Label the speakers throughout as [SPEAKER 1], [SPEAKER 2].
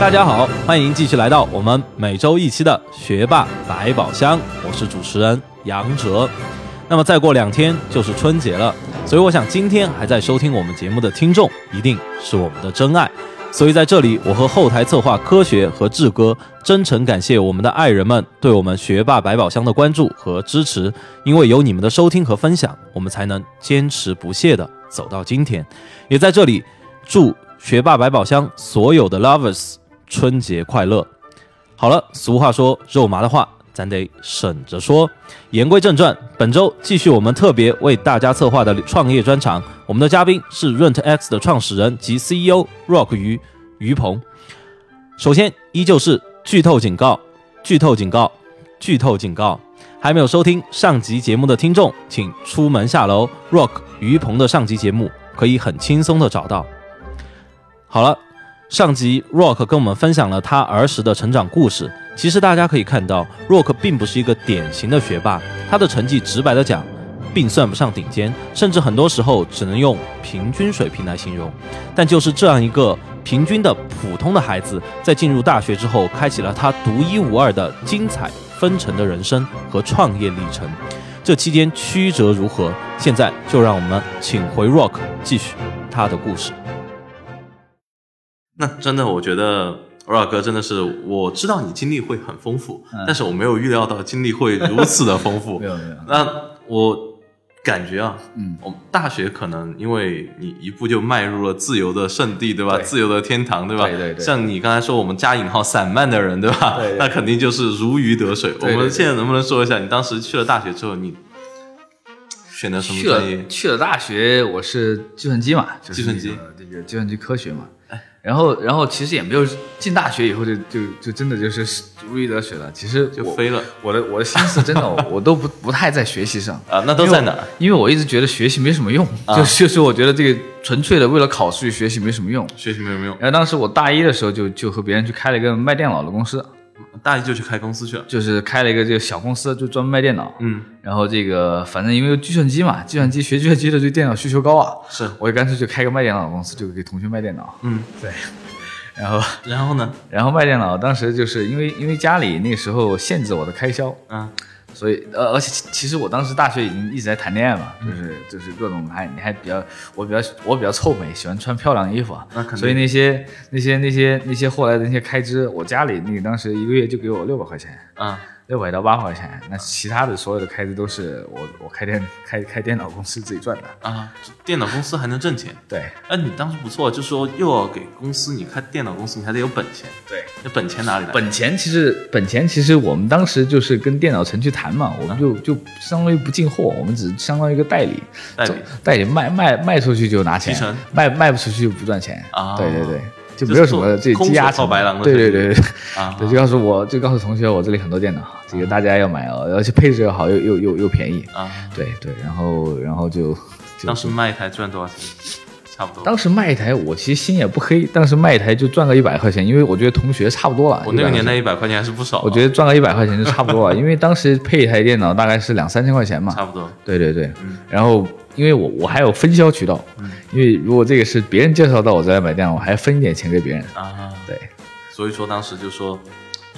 [SPEAKER 1] 大家好，欢迎继续来到我们每周一期的学霸百宝箱，我是主持人杨哲。那么再过两天就是春节了，所以我想今天还在收听我们节目的听众一定是我们的真爱。所以在这里，我和后台策划科学和志哥真诚感谢我们的爱人们对我们学霸百宝箱的关注和支持，因为有你们的收听和分享，我们才能坚持不懈地走到今天。也在这里祝学霸百宝箱所有的 lovers 春节快乐！好了，俗话说肉麻的话，咱得省着说。言归正传，本周继续我们特别为大家策划的创业专场。我们的嘉宾是 RentX 的创始人及 CEO Rock 于于鹏。首先，依旧是剧透警告，剧透警告，剧透警告。还没有收听上集节目的听众，请出门下楼。Rock 于鹏的上集节目可以很轻松的找到。好了，上集 Rock 跟我们分享了他儿时的成长故事。其实大家可以看到，Rock 并不是一个典型的学霸，他的成绩直白的讲，并算不上顶尖，甚至很多时候只能用平均水平来形容。但就是这样一个平均的普通的孩子，在进入大学之后，开启了他独一无二的精彩纷呈的人生和创业历程。这期间曲折如何，现在就让我们请回 Rock 继续他的故事。那真的，我觉得 Rock 哥真的是，我知道你经历会很丰富，但是我没有预料到经历会如此的丰富
[SPEAKER 2] 嗯 没。有没有，
[SPEAKER 1] 那我感觉啊，
[SPEAKER 2] 嗯，
[SPEAKER 3] 我们大学可能因为你一步就迈入了自由的圣地，对吧？
[SPEAKER 2] 对
[SPEAKER 3] 自由的天堂，对吧？
[SPEAKER 2] 对对对
[SPEAKER 3] 像你刚才说，我们加引号散漫的人，对吧？
[SPEAKER 2] 对对
[SPEAKER 3] 那肯定就是如鱼得水。
[SPEAKER 2] 对
[SPEAKER 3] 我们
[SPEAKER 2] 对
[SPEAKER 3] 现在能不能说一下，你当时去了大学之后，你选择什么
[SPEAKER 2] 去
[SPEAKER 3] 专业
[SPEAKER 2] 了？去了大学，我是计算机嘛，就
[SPEAKER 3] 计
[SPEAKER 2] 是
[SPEAKER 3] 算机
[SPEAKER 2] 那个这个计算机科学嘛。
[SPEAKER 3] 哎
[SPEAKER 2] 然后，然后其实也没有进大学以后就就就真的就是如鱼得水了。其实
[SPEAKER 3] 就
[SPEAKER 2] 我
[SPEAKER 3] 飞了
[SPEAKER 2] 我的我的心 思真的我都不不太在学习上，
[SPEAKER 3] 啊？那都在哪儿？
[SPEAKER 2] 因为我一直觉得学习没什么用，
[SPEAKER 3] 啊
[SPEAKER 2] 就就是我觉得这个纯粹的为了考试去学习没什么用。
[SPEAKER 3] 学习没有没有，
[SPEAKER 2] 然后当时我大一的时候就就和别人去开了一个卖电脑的公司，
[SPEAKER 3] 大一就去开公司去了。
[SPEAKER 2] 就是开了一个这个小公司，就专门卖电脑。
[SPEAKER 3] 嗯，
[SPEAKER 2] 然后这个反正因为计算机嘛，计算机学计算机的对电脑需求高啊，
[SPEAKER 3] 是，
[SPEAKER 2] 我就干脆就开个卖电脑的公司，就给同学卖电脑。
[SPEAKER 3] 嗯，
[SPEAKER 2] 然后，
[SPEAKER 3] 然后呢？
[SPEAKER 2] 然后卖电脑，当时就是因为因为家里那个时候限制我的开销，
[SPEAKER 3] 啊，
[SPEAKER 2] 所以呃，而且其其实我当时大学已经一直在谈恋爱嘛，
[SPEAKER 3] 嗯
[SPEAKER 2] 就是就是各种哎还你还比较我比较我比较臭美，喜欢穿漂亮衣服啊，
[SPEAKER 3] 那肯定
[SPEAKER 2] 所以那些那些那些那些后来的那些开支，我家里那个当时一个月就给我六百块钱，
[SPEAKER 3] 啊，
[SPEAKER 2] 六百到八百块钱，那其他的所有的开支都是我我开店开开电脑公司自己赚的。
[SPEAKER 3] 啊，电脑公司还能挣钱？
[SPEAKER 2] 对
[SPEAKER 3] 哎，你当时不错，就说又要给公司，你开电脑公司，你还得有本钱。
[SPEAKER 2] 对，
[SPEAKER 3] 那本钱哪里来？
[SPEAKER 2] 本钱其实本钱其实我们当时就是跟电脑城去谈嘛，我们就
[SPEAKER 3] 嗯
[SPEAKER 2] 就相当于不进货，我们只是相当于一个代理，
[SPEAKER 3] 代理
[SPEAKER 2] 代理卖卖卖出去就拿钱
[SPEAKER 3] 提成，
[SPEAKER 2] 卖卖不出去就不赚钱
[SPEAKER 3] 啊
[SPEAKER 2] 对对对。就没有什么
[SPEAKER 3] 就是
[SPEAKER 2] 这
[SPEAKER 3] 做
[SPEAKER 2] 积压
[SPEAKER 3] 空手套
[SPEAKER 2] 成
[SPEAKER 3] 白狼的
[SPEAKER 2] 对
[SPEAKER 3] 这种
[SPEAKER 2] 对 对对，
[SPEAKER 3] 啊，
[SPEAKER 2] 对就告诉我，就告诉同学我这里很多电脑，这个大家要买哦，而且配置又好，又又又又便宜，
[SPEAKER 3] 啊，
[SPEAKER 2] 对对，然后然后就就
[SPEAKER 3] 当时卖一台赚多少钱？差不多。
[SPEAKER 2] 当时卖一台，我其实心也不黑，当时卖一台就赚个一百块钱，因为我觉得同学差不多了。
[SPEAKER 3] 我那个
[SPEAKER 2] 100
[SPEAKER 3] 年代一百块钱还是不少啊，
[SPEAKER 2] 我觉得赚个一百块钱就差 不多了，因为当时配一台电脑大概是两三千块钱嘛。
[SPEAKER 3] 差不多。
[SPEAKER 2] 对对对
[SPEAKER 3] 嗯，
[SPEAKER 2] 然后因为我我还有分销渠道，因为如果这个是别人介绍到我这来买电脑，我还分一点钱给别人。
[SPEAKER 3] 啊，
[SPEAKER 2] 对，
[SPEAKER 3] 所以说当时就说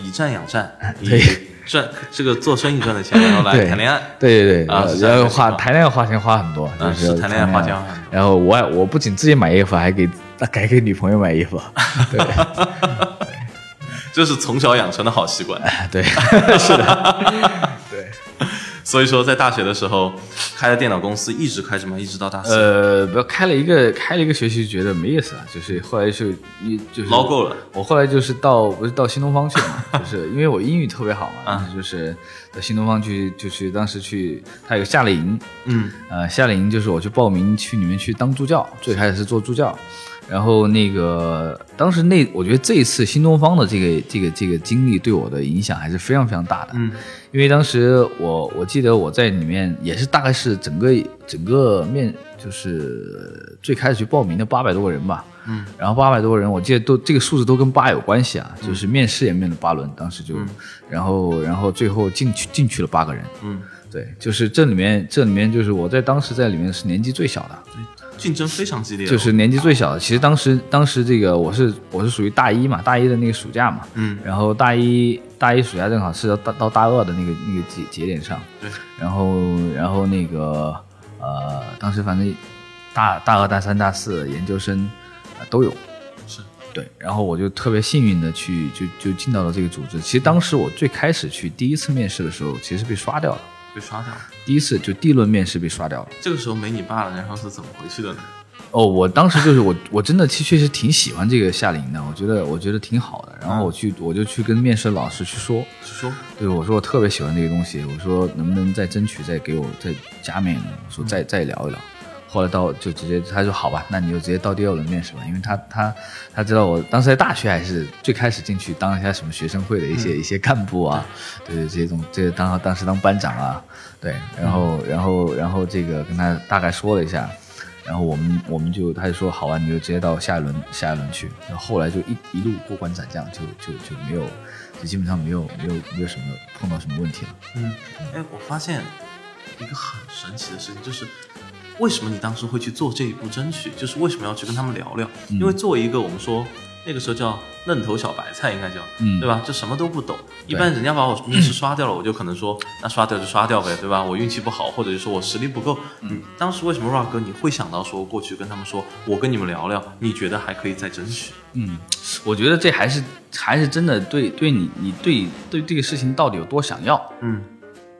[SPEAKER 3] 以战养战，以
[SPEAKER 2] 啊对
[SPEAKER 3] 赚这个做生意赚的钱，然后来
[SPEAKER 2] 对
[SPEAKER 3] 谈恋爱。
[SPEAKER 2] 对对对，
[SPEAKER 3] 啊
[SPEAKER 2] 呃
[SPEAKER 3] 是这样
[SPEAKER 2] 然后
[SPEAKER 3] 的情
[SPEAKER 2] 花
[SPEAKER 3] 况
[SPEAKER 2] 谈恋爱花钱花很多，就
[SPEAKER 3] 嗯是谈恋爱花钱花很多
[SPEAKER 2] 然后我还我不仅自己买衣服，还给 还给女朋友买 衣服。对
[SPEAKER 3] 这是从小养成的好习惯。
[SPEAKER 2] 对，是的，对。
[SPEAKER 3] 所以说在大学的时候开了电脑公司，一直开着嘛，一直到大四，
[SPEAKER 2] 呃，不开了一个开了一个学期，觉得没意思啊，就是后来就一就是
[SPEAKER 3] 捞够了。
[SPEAKER 2] 我后来就是到不是到新东方去了嘛，就是因为我英语特别好嘛，
[SPEAKER 3] 啊
[SPEAKER 2] 当时就是到新东方去，就去当时去他有夏令营，
[SPEAKER 3] 嗯
[SPEAKER 2] 呃，夏令营就是我去报名去里面去当助教，最开始是做助教，然后那个当时那我觉得这一次新东方的这个这个这个经历对我的影响还是非常非常大的，
[SPEAKER 3] 嗯，
[SPEAKER 2] 因为当时我我记得我在里面也是大概是整个整个面就是最开始去报名的八百多个人吧，
[SPEAKER 3] 嗯，
[SPEAKER 2] 然后八百多个人，我记得都这个数字都跟八有关系啊，就是面试也面了八轮，当时就，然后然后最后进去进去了八个人，
[SPEAKER 3] 嗯，
[SPEAKER 2] 对，就是这里面这里面就是我在当时在里面是年纪最小的，
[SPEAKER 3] 竞争非常激烈哦，
[SPEAKER 2] 就是年纪最小的。其实当时当时这个我是我是属于大一嘛，大一的那个暑假嘛，
[SPEAKER 3] 嗯，
[SPEAKER 2] 然后大一大一暑假正好是到大到大二的那个那个节节点上，
[SPEAKER 3] 对，
[SPEAKER 2] 然后然后那个呃，当时反正大大二、大三、大四研究生、呃都有，
[SPEAKER 3] 是
[SPEAKER 2] 对，然后我就特别幸运的去就就进到了这个组织。其实当时我最开始去第一次面试的时候，其实被刷掉了，
[SPEAKER 3] 被刷掉了。
[SPEAKER 2] 第一次就第一轮面试被刷掉了。
[SPEAKER 3] 这个时候没你爸了，然后是怎么回去的呢？
[SPEAKER 2] 哦，我当时就是我，我真的其实确实挺喜欢这个夏令营的，我觉得我觉得挺好的。然后我去，我就去跟面试老师去说，
[SPEAKER 3] 是说
[SPEAKER 2] 对我说我特别喜欢这个东西，我说能不能再争取再给我再加面一轮，我说再再聊一聊。后来到就直接他说好吧，那你就直接到第二轮面试吧，因为他他他知道我当时在大学还是最开始进去当一下什么学生会的一些、一些干部啊，对对这些东这个当当时当班长啊，对，然后然后然后这个跟他大概说了一下，然后我们我们就他就说好啊，你就直接到下一轮下一轮去。然后后来就一一路过关斩将，就就就没有，就基本上没有没有没有什么碰到什么问题了。
[SPEAKER 3] 嗯，哎，我发现一个很神奇的事情，就是为什么你当时会去做这一步争取，就是为什么要去跟他们聊聊？因
[SPEAKER 2] 嗯
[SPEAKER 3] 为作为一个我们说那个时候叫嫩头小白菜，应该叫，
[SPEAKER 2] 嗯
[SPEAKER 3] 对吧？就什么都不懂，一般人家把我面 试刷掉了，我就可能说那刷掉就刷掉呗，对吧？我运气不好，或者就说我实力不够。嗯，当时为什么 Rock 哥你会想到说过去跟他们说，我跟你们聊聊，你觉得还可以再争取？
[SPEAKER 2] 嗯，我觉得这还是还是真的对对你你对对这个事情到底有多想要，
[SPEAKER 3] 嗯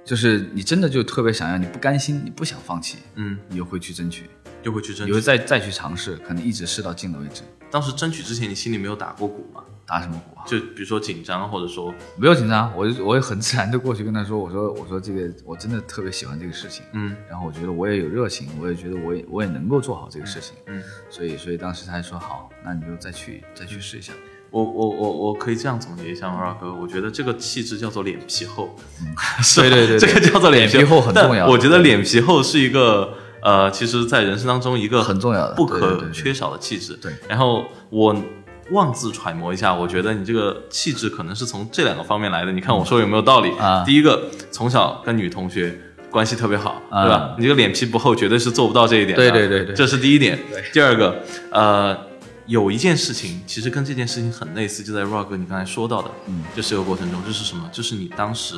[SPEAKER 2] 就是你真的就特别想要，你不甘心，你不想放弃，
[SPEAKER 3] 嗯，
[SPEAKER 2] 你就会去争取，
[SPEAKER 3] 就会去争
[SPEAKER 2] 你会
[SPEAKER 3] 取。
[SPEAKER 2] 再再去尝试，可能一直试到尽了为止。
[SPEAKER 3] 当时争取之前，你心里没有打过鼓吗？
[SPEAKER 2] 打什么鼓啊？
[SPEAKER 3] 就比如说紧张，或者说
[SPEAKER 2] 没有紧张，啊我就我也很自然就过去跟他说，我说我说这个我真的特别喜欢这个事情，
[SPEAKER 3] 嗯
[SPEAKER 2] 然后我觉得我也有热情，我也觉得我也我也能够做好这个事情，
[SPEAKER 3] 嗯，
[SPEAKER 2] 所以所以当时他说好，那你就再去再去试一下。
[SPEAKER 3] 我我我我可以这样总结一下，Rock 哥，我觉得这个气质叫做脸皮厚，
[SPEAKER 2] 嗯
[SPEAKER 3] 是吧
[SPEAKER 2] 对对对
[SPEAKER 3] 这
[SPEAKER 2] 对
[SPEAKER 3] 个叫做脸
[SPEAKER 2] 脸皮厚很重要
[SPEAKER 3] 但我觉得脸皮厚是一个呃，其实在人生当中一个
[SPEAKER 2] 很重要的
[SPEAKER 3] 不
[SPEAKER 2] 对对对
[SPEAKER 3] 可
[SPEAKER 2] 对
[SPEAKER 3] 缺少的气质。
[SPEAKER 2] 对
[SPEAKER 3] 然后我妄自揣摩一下，我觉得你这个气质可能是从这两个方面来的。你看我说有没有道理？
[SPEAKER 2] 啊
[SPEAKER 3] 第一个，从小跟女同学关系特别好，
[SPEAKER 2] 啊
[SPEAKER 3] 对吧？你这个脸皮不厚，绝对是做不到这一点的。
[SPEAKER 2] 对对对对
[SPEAKER 3] 这是第一点。第二个，呃，有一件事情其实跟这件事情很类似，就在 Rock 哥你刚才说到的，
[SPEAKER 2] 嗯，
[SPEAKER 3] 就这个过程中，就是什么？就是你当时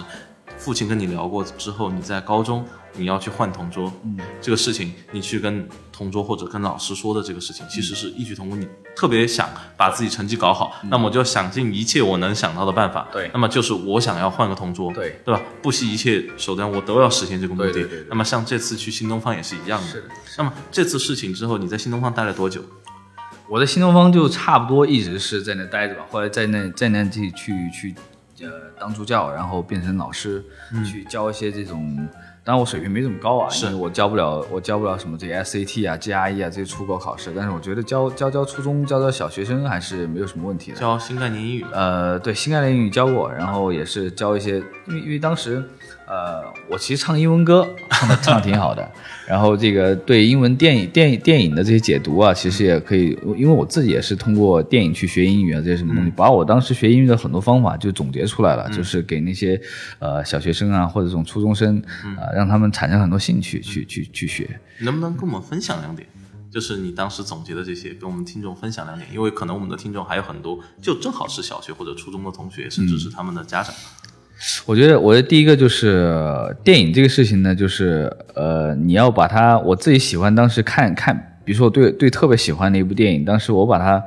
[SPEAKER 3] 父亲跟你聊过之后，你在高中你要去换同桌，
[SPEAKER 2] 嗯，
[SPEAKER 3] 这个事情，你去跟同桌或者跟老师说的这个事
[SPEAKER 2] 嗯
[SPEAKER 3] 情，其实是异曲同工。你特别想把自己成绩搞好，那么我就想尽一切我能想到的办法。
[SPEAKER 2] 嗯对
[SPEAKER 3] 那么就是我想要换个同桌，
[SPEAKER 2] 对，
[SPEAKER 3] 对吧？不惜一切手段，我都要实现这个目的。
[SPEAKER 2] 对对对对
[SPEAKER 3] 那么像这次去新东方也是一样的。
[SPEAKER 2] 是的
[SPEAKER 3] 那么这次事情之后，你在新东方待了多久？
[SPEAKER 2] 我在新东方就差不多一直是在那待着吧，后来在那在那去去去呃当助教，然后变成老师，去教一些这种。当然我水平没怎么高啊，
[SPEAKER 3] 是
[SPEAKER 2] 因为我教不了，我教不了什么这个 SAT 啊、GRE 啊这些初高考试，但是我觉得教教教初中、教教小学生还是没有什么问题的。
[SPEAKER 3] 教新概念英语吗？
[SPEAKER 2] 呃，对，新概念英语教过，然后也是教一些，因为因为当时，呃，我其实唱英文歌唱的唱的挺好的，然后这个对英文电影、电影、电影的这些解读啊，其实也可以，因为我自己也是通过电影去学英语啊，这些什么东西，把我当时学英语的很多方法就总结出来了，就是给那些呃小学生啊或者这种初中生啊、让他们产生很多兴趣去去去学。
[SPEAKER 3] 能不能跟我们分享两点？就是你当时总结的这些，跟我们听众分享两点，因为可能我们的听众还有很多，就正好是小学或者初中的同学，甚
[SPEAKER 2] 嗯
[SPEAKER 3] 至是他们的家长。
[SPEAKER 2] 我觉得我的第一个就是呃电影这个事情呢，就是呃，你要把它，我自己喜欢，当时看看，比如说我对对特别喜欢的一部电影，当时我把它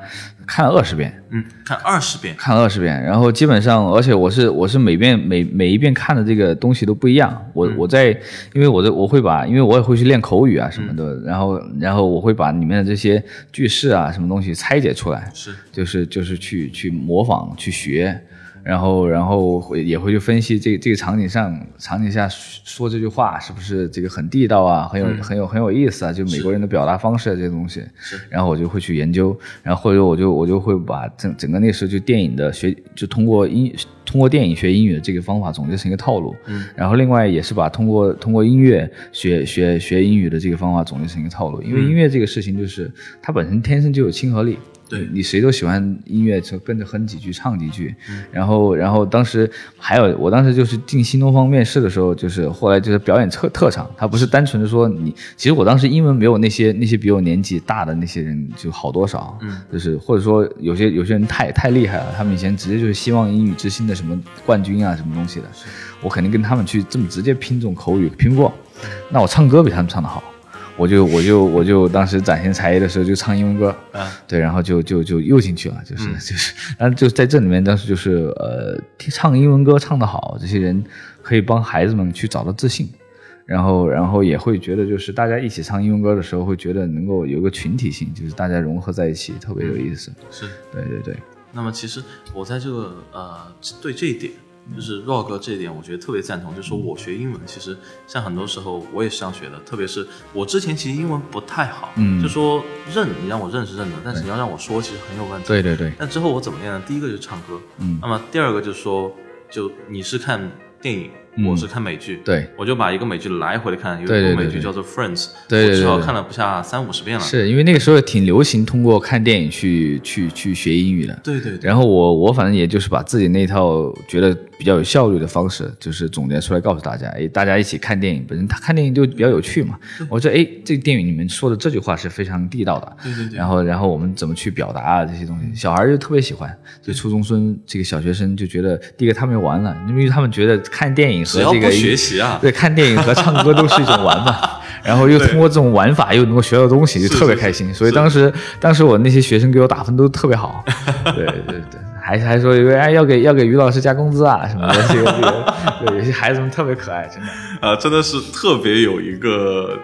[SPEAKER 2] 看了二十遍，
[SPEAKER 3] 嗯，看二十遍，
[SPEAKER 2] 看了二十遍，然后基本上，而且我是我是每遍每每一遍看的这个东西都不一样。我、我在，因为我的我会把，因为我也会去练口语啊什么的，然后然后我会把里面的这些句式啊什么东西拆解出来，
[SPEAKER 3] 是
[SPEAKER 2] 就是就是去去模仿去学，然后然后会也会去分析这这个场景上场景下说这句话是不是这个很地道啊，很有、很有很有意思啊，就美国人的表达方式啊这些东西，然后我就会去研究，然后或者我就我就会把整整个那时候就电影的学就通过音通过电影学英语的这个方法总结成一个套路，然后另外也是把通过通过音乐学学学英语的这个方法总结成一个套路，因为音乐这个事情就是它本身天生就有亲和力。
[SPEAKER 3] 对
[SPEAKER 2] 你谁都喜欢音乐，就跟着哼几句、唱几句。然后，然后当时还有，我当时就是进新东方面试的时候，就是后来就是表演特特长，他不是单纯的说你，其实我当时英文没有那些那些比我年纪大的那些人就好多少，嗯，就是或者说有些有些人太太厉害了，他们以前直接就是希望英语之星的什么冠军啊什么东西的，我肯定跟他们去这么直接拼这种口语拼不过，那我唱歌比他们唱的好。我就我就我就当时展现才艺的时候就唱英文歌，对，然后就就就又进去了， 就是、就是，然后就在这里面，当时就是呃，听唱英文歌唱得好，这些人可以帮孩子们去找到自信，然后然后也会觉得就是大家一起唱英文歌的时候，会觉得能够有一个群体性，就是大家融合在一起，特别有意思。
[SPEAKER 3] 是。
[SPEAKER 2] 对对对，
[SPEAKER 3] 那么其实我在这个呃对这一点，就是
[SPEAKER 2] 嗯
[SPEAKER 3] r o 哥这一点，我觉得特别赞同。就是说我学英文，其实像很多时候我也是这样学的，特别是我之前其实英文不太好，
[SPEAKER 2] 嗯
[SPEAKER 3] 就说认你让我认是认的，但是你要让我说，其实很有问题。
[SPEAKER 2] 对对对，
[SPEAKER 3] 那之后我怎么练呢？第一个就是唱歌，
[SPEAKER 2] 嗯
[SPEAKER 3] 那么第二个就是说，就你是看电影，
[SPEAKER 2] 嗯
[SPEAKER 3] 我是看美剧，
[SPEAKER 2] 对，
[SPEAKER 3] 我就把一个美剧来回的看，有
[SPEAKER 2] 对
[SPEAKER 3] 一
[SPEAKER 2] 对
[SPEAKER 3] 部
[SPEAKER 2] 对
[SPEAKER 3] 美剧
[SPEAKER 2] 对
[SPEAKER 3] 叫做《Friends》，
[SPEAKER 2] 对对
[SPEAKER 3] 我至少
[SPEAKER 2] 对对
[SPEAKER 3] 看了不下三五十遍了。，
[SPEAKER 2] 是因为那个时候挺流行通过看电影去去去学英语的，
[SPEAKER 3] 对对对，
[SPEAKER 2] 然后我我反正也就是把自己那套觉得比较有效率的方式，就是总结出来告诉大家，诶，大家一起看电影，本身他看电影就比较有趣嘛。
[SPEAKER 3] 嗯
[SPEAKER 2] 我觉得，诶，这个电影里面说的这句话是非常地道的。
[SPEAKER 3] 对对对
[SPEAKER 2] 然后，然后我们怎么去表达啊这些东西，小孩儿就特别喜欢，就初中生这个小学生就觉得，第一个他们玩了，因为他们觉得看电影 和
[SPEAKER 3] 只要
[SPEAKER 2] 这
[SPEAKER 3] 不
[SPEAKER 2] 个
[SPEAKER 3] 学习 啊，
[SPEAKER 2] 对，看电影和唱歌都是一种玩 嘛。然后又通过这种玩法又能够学到东西，就特别开心。所以当时当时我那些学生给我打分都特 别好，对对对，还还说有哎要给要给于老师加工资啊什么的，这个这个，对有些孩子们特别可爱，真的。
[SPEAKER 3] 啊，真的是特别有一个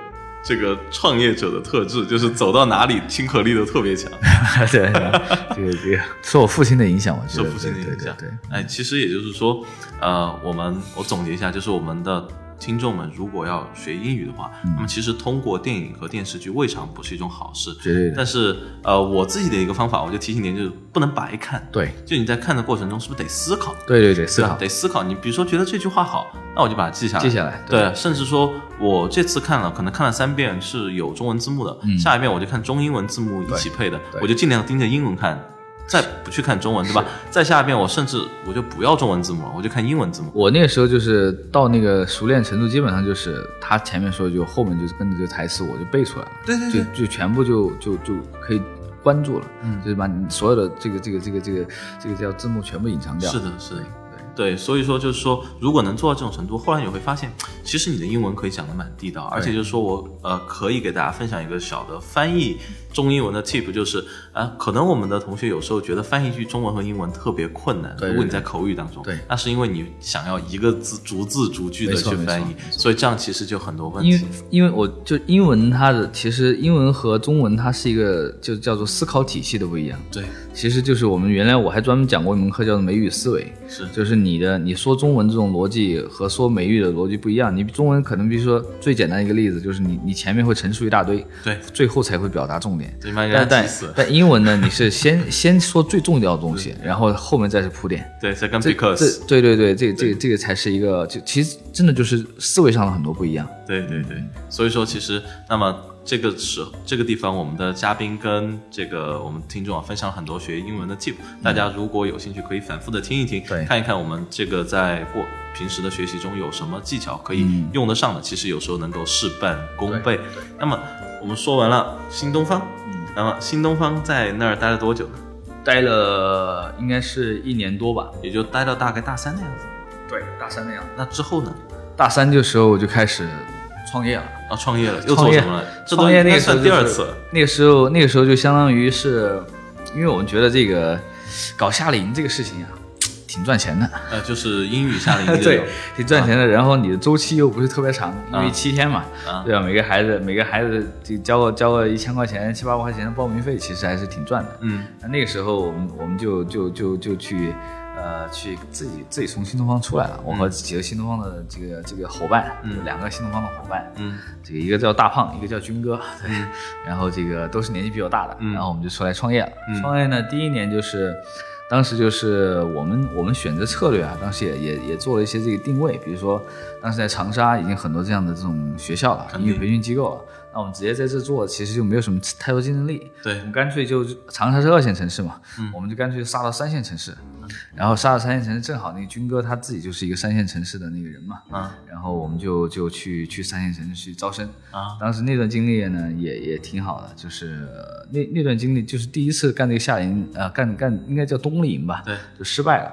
[SPEAKER 3] 这个创业者的特质，就是走到哪里亲和力都特别强，
[SPEAKER 2] 对，对这个这个受我父亲的影响，我觉
[SPEAKER 3] 受
[SPEAKER 2] 得
[SPEAKER 3] 父亲的影响
[SPEAKER 2] 对对对对。
[SPEAKER 3] 哎，其实也就是说，呃，我们我总结一下，就是我们的听众们如果要学英语的话，那
[SPEAKER 2] 嗯
[SPEAKER 3] 么其实通过电影和电视剧未尝不是一种好事。
[SPEAKER 2] 绝对的
[SPEAKER 3] 但是呃，我自己的一个方法，我就提醒您，就是不能白看。
[SPEAKER 2] 对
[SPEAKER 3] 就你在看的过程中，是不是得思考？
[SPEAKER 2] 对对对，思
[SPEAKER 3] 对吧
[SPEAKER 2] 考
[SPEAKER 3] 得思考。你比如说觉得这句话好，那我就把它记下来。
[SPEAKER 2] 记下来
[SPEAKER 3] 对
[SPEAKER 2] 对
[SPEAKER 3] 甚至说我这次看了，可能看了三遍是有中文字幕的，
[SPEAKER 2] 嗯
[SPEAKER 3] 下一遍我就看中英文字幕一起配的，
[SPEAKER 2] 对
[SPEAKER 3] 我就尽量盯着英文看，再不去看中文，对吧？再下一遍我甚至我就不要中文字幕了，我就看英文字幕。
[SPEAKER 2] 我那个时候就是到那个熟练程度，基本上就是他前面说一句，后面就是跟着这台词我就背出来了，
[SPEAKER 3] 对对对
[SPEAKER 2] 就就全部就就就可以关注了，嗯，就是把你所有的这个这个这个这个这个叫字幕全部隐藏掉，
[SPEAKER 3] 是，的，是的。对，所以说就是说，如果能做到这种程度，后来你会发现，其实你的英文可以讲的蛮地道，而且就是说我呃可以给大家分享一个小的翻译中英文的 tip，就是啊、可能我们的同学有时候觉得翻译一句中文和英文特别困难，
[SPEAKER 2] 对
[SPEAKER 3] 如果你
[SPEAKER 2] 对
[SPEAKER 3] 在口语当中，
[SPEAKER 2] 对
[SPEAKER 3] 那是因为你想要一个字逐字逐句的
[SPEAKER 2] 没错
[SPEAKER 3] 去
[SPEAKER 2] 没错
[SPEAKER 3] 翻译
[SPEAKER 2] 没，错
[SPEAKER 3] 所以这样其实就很多问
[SPEAKER 2] 因
[SPEAKER 3] 题
[SPEAKER 2] 为。因为我就英文它的其实英文和中文它是一个就叫做思考体系的不一样，
[SPEAKER 3] 对，
[SPEAKER 2] 其实就是我们原来我还专门讲过一门课叫做美语思维，
[SPEAKER 3] 是
[SPEAKER 2] 就是你的你说中文这种逻辑和说美语的逻辑不一样。你中文可能比如说最简单一个例子，就是你你前面会陈述一大堆，
[SPEAKER 3] 对，
[SPEAKER 2] 最后才会表达重点。
[SPEAKER 3] 这把人家
[SPEAKER 2] 但但
[SPEAKER 3] 急死了，
[SPEAKER 2] 但英文呢，你是先先说最重要的东西，然后后面再是铺垫。
[SPEAKER 3] 对，这跟
[SPEAKER 2] 这这
[SPEAKER 3] because，
[SPEAKER 2] 对对对，这这这个才是一个，就其实真的就是思维上的很多不一样。
[SPEAKER 3] 对对对，所以说其实那么这个时候这个地方，我们的嘉宾跟这个我们听众啊，分享了很多学英文的 tip，大家如果有兴趣，可以反复的听一听，
[SPEAKER 2] 嗯对
[SPEAKER 3] 看一看我们这个在过平时的学习中有什么技巧可以
[SPEAKER 2] 嗯
[SPEAKER 3] 用得上的，其实有时候能够事半功倍。那么我们说完了新东方，那么新东方在那儿待了多久呢？
[SPEAKER 2] 嗯待了应该是一年多吧，
[SPEAKER 3] 也就待到大概大三的样子。
[SPEAKER 2] 对，大三那样。
[SPEAKER 3] 那之后呢？
[SPEAKER 2] 大三这时候我就开始创业了。
[SPEAKER 3] 啊，创业了，又
[SPEAKER 2] 创
[SPEAKER 3] 做
[SPEAKER 2] 业
[SPEAKER 3] 什么了？这
[SPEAKER 2] 创业
[SPEAKER 3] 应
[SPEAKER 2] 那
[SPEAKER 3] 该
[SPEAKER 2] 个时候
[SPEAKER 3] 算第
[SPEAKER 2] 就是
[SPEAKER 3] 二次了，
[SPEAKER 2] 那个时候，那个时候就相当于是，因为我们觉得这个搞夏令营这个事情啊，挺赚钱 的，
[SPEAKER 3] 呃，就是英语夏令营这
[SPEAKER 2] 对
[SPEAKER 3] 种，
[SPEAKER 2] 挺赚钱的。然后你的周期又不是特别长，因
[SPEAKER 3] 啊
[SPEAKER 2] 为七天嘛，
[SPEAKER 3] 啊
[SPEAKER 2] 对吧？每个孩子每个孩子就交个交个一千块钱、七八百块钱的报名费，其实还是挺赚的。
[SPEAKER 3] 嗯。
[SPEAKER 2] 那那个时候我们我们就就就就去呃，去自己自己从新东方出来了。我和几个新东方的这个这个伙伴，
[SPEAKER 1] 嗯
[SPEAKER 2] 两个新东方的伙伴，
[SPEAKER 1] 嗯
[SPEAKER 2] 这个一个叫大胖，一个叫军哥，对，然后这个都是年纪比较大的，
[SPEAKER 1] 嗯
[SPEAKER 2] 然后我们就出来创业了。
[SPEAKER 1] 嗯
[SPEAKER 2] 创业呢，第一年就是，当时就是我们我们选择策略啊，当时也也也做了一些这个定位，比如说当时在长沙已经很多这样的这种学校
[SPEAKER 1] 嗯
[SPEAKER 2] 了，英语培训机构了，那我们直接在这做，其实就没有什么太多竞争力，
[SPEAKER 3] 对
[SPEAKER 2] 我们干脆就长沙是二线城市嘛，我们就干脆杀到三线城市，然后杀到三线城市，正好那个军哥他自己就是一个三线城市的那个人嘛，
[SPEAKER 3] 啊
[SPEAKER 2] 然后我们就就去去三线城市去招生。
[SPEAKER 3] 啊
[SPEAKER 2] 当时那段经历呢，也也挺好的，就是呃那那段经历就是第一次干这个夏令营，呃，干干应该叫冬令营吧，
[SPEAKER 3] 对，
[SPEAKER 2] 就失败了。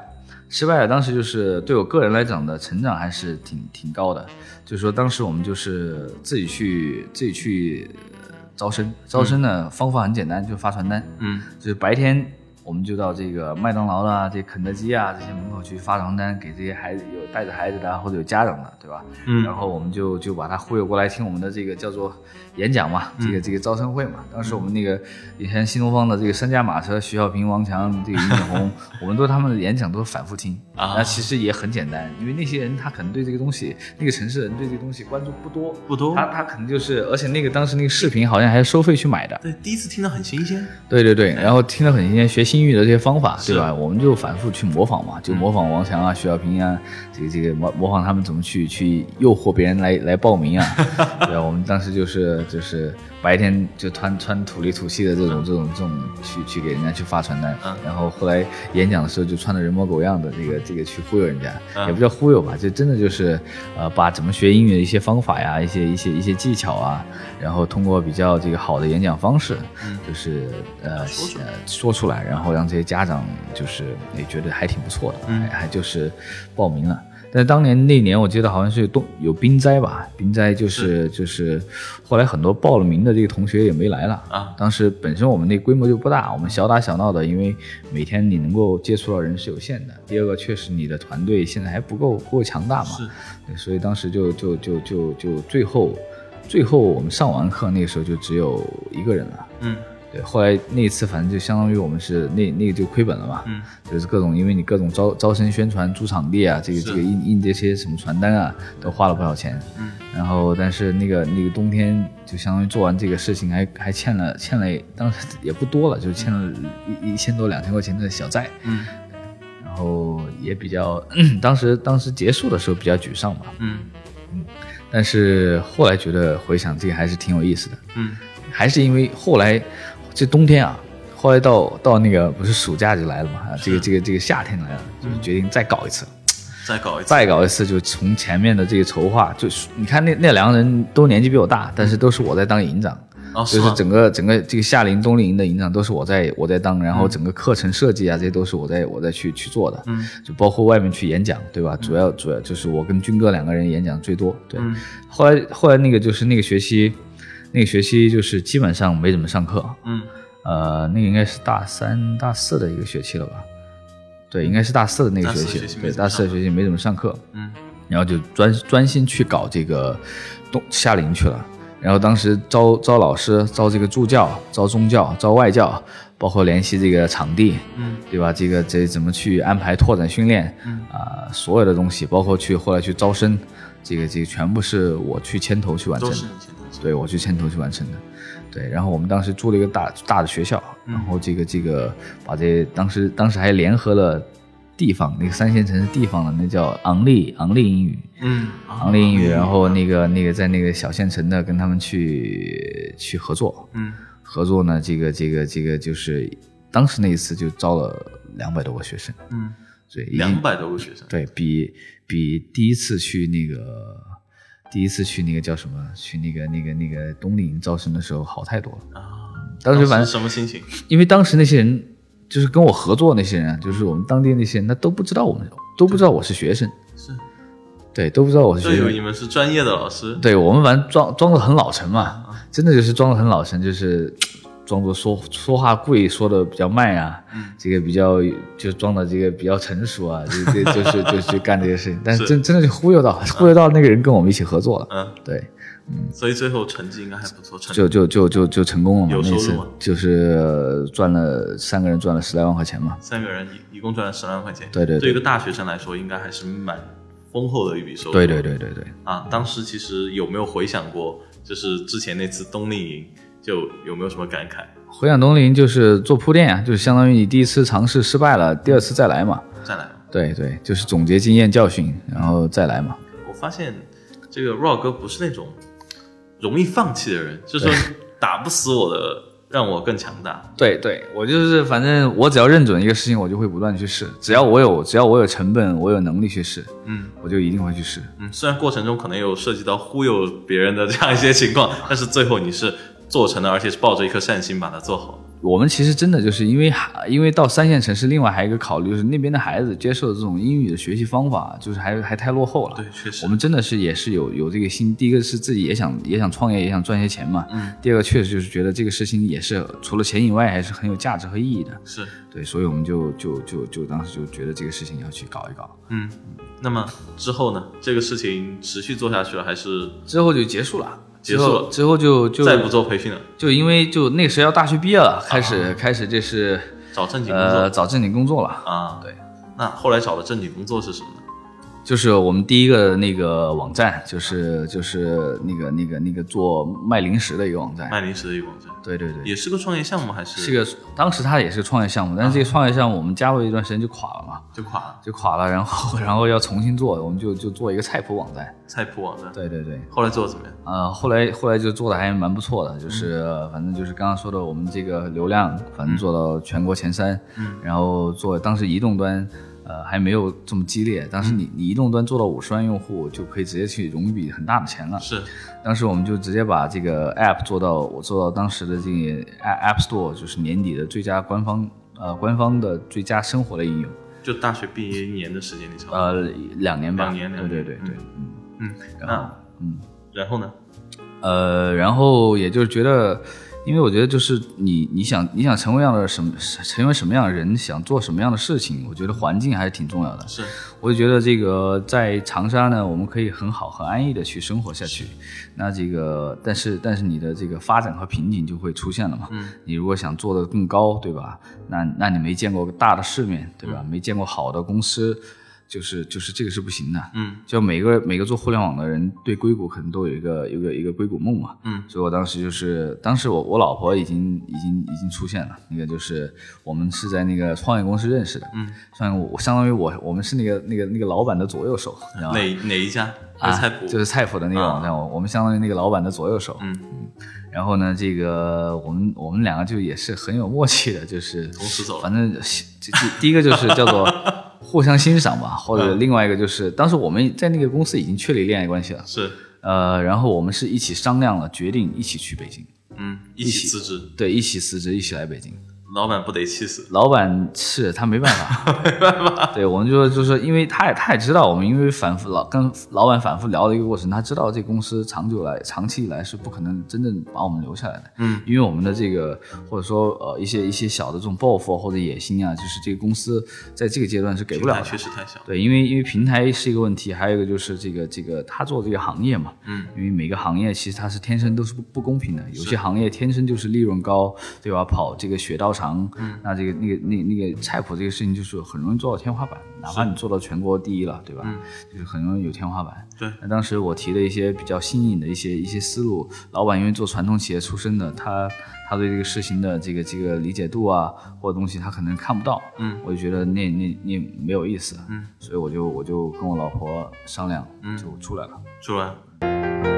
[SPEAKER 2] 失败了，当时就是对我个人来讲的成长还是挺挺高的，就是说当时我们就是自己去自己去呃招生，招生呢、方法很简单，就是发传单，
[SPEAKER 3] 嗯
[SPEAKER 2] 就是白天我们就到这个麦当劳啦、这肯德基啊这些门口去发传单，给这些孩子有带着孩子的啊或者有家长的，对吧？
[SPEAKER 3] 嗯
[SPEAKER 2] 然后我们就就把他忽悠过来听我们的这个叫做演讲嘛，这个这个招生会嘛。当时我们那个以前新东方的这个三驾马车，徐小平、王强、这个俞敏洪，我们都他们的演讲都反复听
[SPEAKER 3] 啊
[SPEAKER 2] 那其实也很简单，因为那些人他可能对这个东西，那个城市的人对这个东西关注不多，
[SPEAKER 3] 不多
[SPEAKER 2] 他他可能就是，而且那个当时那个视频好像还是收费去买的。
[SPEAKER 3] 对，第一次听到很新鲜。
[SPEAKER 2] 对对对，然后听得很新鲜，学新语的这些方法，对吧？我们就反复去模仿嘛，就模仿王强啊、徐小平啊，这个这个模模仿他们怎么去去诱惑别人来 来报名啊，对吧？我们当时就是就是白天就穿穿土里土气的这种这种这种去去给人家去发传单，然后后来演讲的时候就穿的人模狗样的这个这个去忽悠人家，也不叫忽悠吧，就真的就是呃把怎么学英语的一些方法呀、一些一些一些技巧啊，然后通过比较这个好的演讲方式，就是呃呃嗯说出来，然后让这些家长就是也觉得还挺不错的，还还就是报名了。但是当年那年我记得好像是冬有冰灾吧，冰灾就是就是后来很多报了名的这个同学也没来了
[SPEAKER 3] 啊
[SPEAKER 2] 当时本身我们那规模就不大，我们小打小闹的，因为每天你能够接触到人是有限的。第二个，确实你的团队现在还不够不够强大嘛，
[SPEAKER 3] 是
[SPEAKER 2] 对，所以当时就就就就就最后最后我们上完课那个时候就只有一个人了。
[SPEAKER 3] 嗯
[SPEAKER 2] 对，后来那一次反正就相当于我们是那那个就亏本了嘛，
[SPEAKER 3] 嗯，
[SPEAKER 2] 就是各种因为你各种招招生宣传、租场地啊，这个这个印印这些什么传单啊，都花了不少钱，
[SPEAKER 3] 嗯，
[SPEAKER 2] 然后但是那个那个冬天就相当于做完这个事情还还欠了欠了，当时也不多了，就是欠了一一千多两千块钱的小债，
[SPEAKER 3] 嗯
[SPEAKER 2] 然后也比较 当时当时结束的时候比较沮丧吧，
[SPEAKER 3] 嗯
[SPEAKER 2] 但是后来觉得回想这个还是挺有意思的，
[SPEAKER 3] 嗯
[SPEAKER 2] 还是因为后来这冬天啊，后来到到那个不是暑假就来了嘛，啊，这个这个这个夏天来了，就是决定再搞一次，
[SPEAKER 3] 再搞一次。
[SPEAKER 2] 再搞一次，就从前面的这个筹划，就是你看那那两个人都年纪比我大，但是都是我在当营长。
[SPEAKER 3] 哦，
[SPEAKER 2] 就是
[SPEAKER 3] 吗
[SPEAKER 2] 是整个整个这个夏令营、冬令营的营长都是我在我在当，然后整个课程设计啊，这些都是我在我在去去做的，
[SPEAKER 3] 嗯，
[SPEAKER 2] 就包括外面去演讲，对吧？主要主要就是我跟军哥两个人演讲最多，对。
[SPEAKER 3] 嗯
[SPEAKER 2] 后来后来那个就是那个学期，那个学期就是基本上没怎么上课，
[SPEAKER 3] 嗯
[SPEAKER 2] 呃，那个应该是大三大四的一个学期了吧？对，应该是大四的那个
[SPEAKER 3] 大四
[SPEAKER 2] 学
[SPEAKER 3] 学期没
[SPEAKER 2] 对，
[SPEAKER 3] 怎么
[SPEAKER 2] 大四的
[SPEAKER 3] 上
[SPEAKER 2] 学期没怎么上课，
[SPEAKER 3] 嗯
[SPEAKER 2] 然后就专专心去搞这个冬夏令营去了。然后当时招招老师、招这个助教、招宗教、招外教，包括联系这个场地，
[SPEAKER 3] 嗯
[SPEAKER 2] 对吧？这个这怎么去安排拓展训练
[SPEAKER 3] 嗯
[SPEAKER 2] 啊、所有的东西，包括去后来去招生，这个这个全部是我去牵头去完成
[SPEAKER 3] 都
[SPEAKER 2] 的
[SPEAKER 3] 是。以前的
[SPEAKER 2] 对我去牵头去完成的。对，然后我们当时租了一个大大的学校，
[SPEAKER 3] 嗯
[SPEAKER 2] 然后这个这个把这当时当时还联合了地方那个三线城市地方的那叫昂立昂立英语，
[SPEAKER 3] 嗯
[SPEAKER 2] 昂立英语，然后那个那个在那个小县城的跟他们去去合作，
[SPEAKER 3] 嗯
[SPEAKER 2] 合作呢这个这个这个就是当时那一次就招了两百多个学生，
[SPEAKER 3] 嗯，
[SPEAKER 2] 对，已经
[SPEAKER 3] 两百多个学生。
[SPEAKER 2] 对比比第一次去那个第一次去那个叫什么去那个那个那个冬令营招生的时候好太多了。
[SPEAKER 3] 啊，
[SPEAKER 2] 当时反
[SPEAKER 3] 是
[SPEAKER 2] 正
[SPEAKER 3] 什么心情？
[SPEAKER 2] 因为当时那些人就是跟我合作那些人啊，就是我们当地那些人，他都不知道我们都不知道我是学生，
[SPEAKER 3] 是，
[SPEAKER 2] 对，都不知道我是
[SPEAKER 3] 就以
[SPEAKER 2] 学
[SPEAKER 3] 为你
[SPEAKER 2] 生。
[SPEAKER 3] 们是专业的老师。
[SPEAKER 2] 对我们反正装装的很老成嘛，真的就是装的很老成，就是装作说说话故意说的比较慢啊，
[SPEAKER 3] 嗯
[SPEAKER 2] 这个比较就装的这个比较成熟啊，这这就是就是去干这些事情，但是
[SPEAKER 3] 是
[SPEAKER 2] 真真的就忽悠到忽悠到那个人跟我们一起合作了，
[SPEAKER 3] 嗯
[SPEAKER 2] 对，
[SPEAKER 3] 所以最后成绩应该还不错，成
[SPEAKER 2] 就就就就就成功了嘛
[SPEAKER 3] 有，收
[SPEAKER 2] 那
[SPEAKER 3] 入
[SPEAKER 2] 次
[SPEAKER 3] 吗
[SPEAKER 2] 就是呃赚了三个人赚了十来万块钱嘛，
[SPEAKER 3] 三个人一一共赚了十万块钱，
[SPEAKER 2] 对对对
[SPEAKER 3] 一个大学生来说，应该还是蛮丰厚的一笔收入。
[SPEAKER 2] 对对对对对，
[SPEAKER 3] 啊，当时其实有没有回想过，就是之前那次冬令营，就有没有什么感慨？
[SPEAKER 2] 回想东林就是做铺垫啊，就是相当于你第一次尝试失败了，第二次再来嘛，
[SPEAKER 3] 再来，啊
[SPEAKER 2] 对对，就是总结经验教训，然后再来嘛，
[SPEAKER 3] 我发现这个 Raw 哥不是那种容易放弃的人，就是说打不死我的，让我更强大。
[SPEAKER 2] 对对，我就是反正我只要认准一个事情，我就会不断地去试，只要我有只要我有成本，我有能力去试，
[SPEAKER 3] 嗯
[SPEAKER 2] 我就一定会去试。
[SPEAKER 3] 嗯，虽然过程中可能有涉及到忽悠别人的这样一些情况，但是最后你是做成了，而且是抱着一颗善心把它做好。
[SPEAKER 2] 我们其实真的就是因为还因为到三线城市，另外还有一个考虑就是那边的孩子接受的这种英语的学习方法，就是还还太落后了。
[SPEAKER 3] 对，确实
[SPEAKER 2] 我，们真的是也是有有这个心，第一个是自己也想也想创业，也想赚些钱嘛。
[SPEAKER 3] 嗯。
[SPEAKER 2] 第二个确实就是觉得这个事情也是除了钱以外，还是很有价值和意义的。
[SPEAKER 3] 是。
[SPEAKER 2] 对，所以我们就就就就当时就觉得这个事情要去搞一搞。
[SPEAKER 3] 嗯，那么之后呢？这个事情持续做下去了，还是
[SPEAKER 2] 之后就结束了，
[SPEAKER 3] 结束了
[SPEAKER 2] 之后之后就就
[SPEAKER 3] 再不做培训了，
[SPEAKER 2] 就因为就那个时候要大学毕业了，开始、开始这是
[SPEAKER 3] 找啊正经工作、
[SPEAKER 2] 呃找正经工作了。
[SPEAKER 3] 啊？
[SPEAKER 2] 对。
[SPEAKER 3] 那后来找的正经工作是什么呢？
[SPEAKER 2] 就是我们第一个那个网站，就是就是那个那个那个做卖零食的一个网站。
[SPEAKER 3] 卖零食的一个网站，
[SPEAKER 2] 对对对，
[SPEAKER 3] 也是个创业项目还是？
[SPEAKER 2] 哎是个当时它也是个创业项目，但
[SPEAKER 3] 啊
[SPEAKER 2] 是这个创业项目我们加入一段时间就垮了嘛，
[SPEAKER 3] 就垮了，
[SPEAKER 2] 就垮了，然后 然后要重新做，我们就就做一个菜谱网站。
[SPEAKER 3] 菜谱网站。
[SPEAKER 2] 对对对，
[SPEAKER 3] 后来做的怎么样？
[SPEAKER 2] 呃，后来后来就做的还蛮不错
[SPEAKER 3] 嗯
[SPEAKER 2] 的，就是、反正就是刚刚说的，我们这个流量反正做到全国前三，
[SPEAKER 3] 嗯
[SPEAKER 2] 然后做当时移动端。呃，还没有这么激烈。
[SPEAKER 3] 嗯
[SPEAKER 2] 当时你你移动端做到五十万用户，就可以直接去融一笔很大的钱了。
[SPEAKER 3] 是
[SPEAKER 2] 当时我们就直接把这个 app 做到我做到当时的这个 app app store，就是年底的最佳官方呃官方的最佳生活类应用，
[SPEAKER 3] 就大学毕业一年的时间，你差不多。
[SPEAKER 2] 呃两年吧，
[SPEAKER 3] 两年两年
[SPEAKER 2] 对对对对，嗯，
[SPEAKER 3] 嗯，
[SPEAKER 2] 然后
[SPEAKER 3] 那
[SPEAKER 2] 嗯
[SPEAKER 3] 然后呢？
[SPEAKER 2] 呃，然后也就是觉得，因为我觉得就是你你想你想成为样的什么成为什么样的人，想做什么样的事情，我觉得环境还是挺重要的。
[SPEAKER 3] 是
[SPEAKER 2] 我就觉得这个在长沙呢，我们可以很好、很安逸的去生活下去。那这个，但是但是你的这个发展和瓶颈就会出现了嘛？
[SPEAKER 3] 嗯，
[SPEAKER 2] 你如果想做的更高，对吧？那那你没见过大的世面，对吧？没见过好的公司，就是就是这个是不行的。
[SPEAKER 3] 嗯
[SPEAKER 2] 就每个每个做互联网的人对硅谷可能都有一个有一个一个硅谷梦嘛，
[SPEAKER 3] 嗯
[SPEAKER 2] 所以我当时就是，当时我我老婆已经已经已经出现了，那个就是我们是在那个创业公司认识的，
[SPEAKER 3] 嗯，
[SPEAKER 2] 创业我相当于我我们是那个那个那个老板的左右手，你知道吗？
[SPEAKER 3] 哪哪一家？
[SPEAKER 2] 啊
[SPEAKER 3] 还是菜谱。啊
[SPEAKER 2] 就是菜谱的那个网站，我我们相当于那个老板的左右手。
[SPEAKER 3] 嗯，
[SPEAKER 2] 然后呢，这个我们我们两个就也是很有默契的，就是
[SPEAKER 3] 同时走了
[SPEAKER 2] 反正这这第一个就是叫 做互相欣赏吧，或
[SPEAKER 3] 嗯
[SPEAKER 2] 者另外一个就是当时我们在那个公司已经确立恋爱关系了，
[SPEAKER 3] 是
[SPEAKER 2] 呃，然后我们是一起商量了，决定一起去北京，
[SPEAKER 3] 嗯，一
[SPEAKER 2] 一
[SPEAKER 3] 起
[SPEAKER 2] 起
[SPEAKER 3] 辞职，
[SPEAKER 2] 对，一起辞职，一起来北京。
[SPEAKER 3] 老板不得气死？
[SPEAKER 2] 老板是他没办法， 没办法。对，我们就说就是因为他也他也知道我们，因为反复老跟老板反复聊的一个过程，他知道这公司长久来长期以来是不可能真正把我们留下来的。
[SPEAKER 3] 嗯，
[SPEAKER 2] 因为我们的这个或者说呃一些一些小的这种抱负啊或者野心啊，就是这个公司在这个阶段是给不了
[SPEAKER 3] 平台确
[SPEAKER 2] 的。
[SPEAKER 3] 实太小。
[SPEAKER 2] 对，因为因为平台是一个问题，还有一个就是这个这个他做这个行业嘛，
[SPEAKER 3] 嗯，
[SPEAKER 2] 因为每个行业其实它是天生都是不不公平的，有些行业天生就是利润高，对吧？跑这个血道长，嗯，那这个那个那那个菜谱这个事情就是很容易做到天花板，哪怕你做到全国第一了，对吧？
[SPEAKER 3] 嗯
[SPEAKER 2] 就是很容易有天花板。
[SPEAKER 3] 对，
[SPEAKER 2] 那当时我提了一些比较新颖的一些一些思路，老板因为做传统企业出身的，他他对这个事情的这个这个理解度啊，或者东西他可能看不到，
[SPEAKER 3] 嗯，
[SPEAKER 2] 我就觉得那那那没有意思，
[SPEAKER 3] 嗯，
[SPEAKER 2] 所以我就我就跟我老婆商量，
[SPEAKER 3] 嗯
[SPEAKER 2] 就出来了。
[SPEAKER 3] 主任，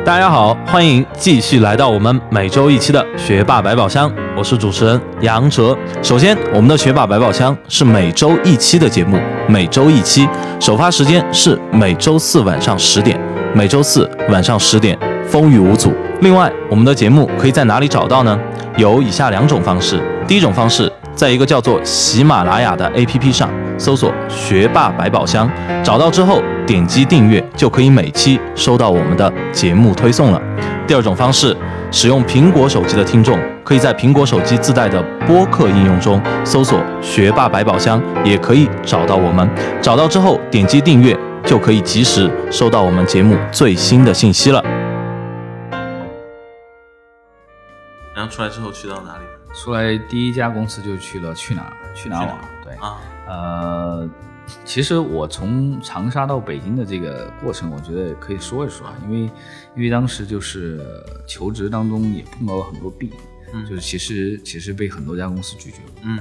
[SPEAKER 1] 大家好，欢迎继续来到我们每周一期的学霸百宝箱，我是主持人杨哲。首先，我们的学霸百宝箱是每周一期的节目，每周一期，首发时间是每周四晚上十点，每周四晚上十点，风雨无阻。另外，我们的节目可以在哪里找到呢？有以下两种方式，第一种方式，在一个叫做喜马拉雅的 APP 上搜索“学霸百宝箱”，找到之后点击订阅，就可以每期收到我们的节目推送了。第二种方式，使用苹果手机的听众，可以在苹果手机自带的播客应用中搜索“学霸百宝箱”，也可以找到我们。找到之后点击订阅，就可以及时收到我们节目最新的信息了。
[SPEAKER 3] 然后出来之后去到哪里
[SPEAKER 2] 出来第一家公司就去了去哪儿去哪儿网，对，
[SPEAKER 3] 啊？
[SPEAKER 2] 呃，其实我从长沙到北京的这个过程，我觉得可以说一说啊，因为因为当时就是求职当中也碰到了很多弊，
[SPEAKER 3] 嗯
[SPEAKER 2] 就是其实其实被很多家公司拒绝了。
[SPEAKER 3] 嗯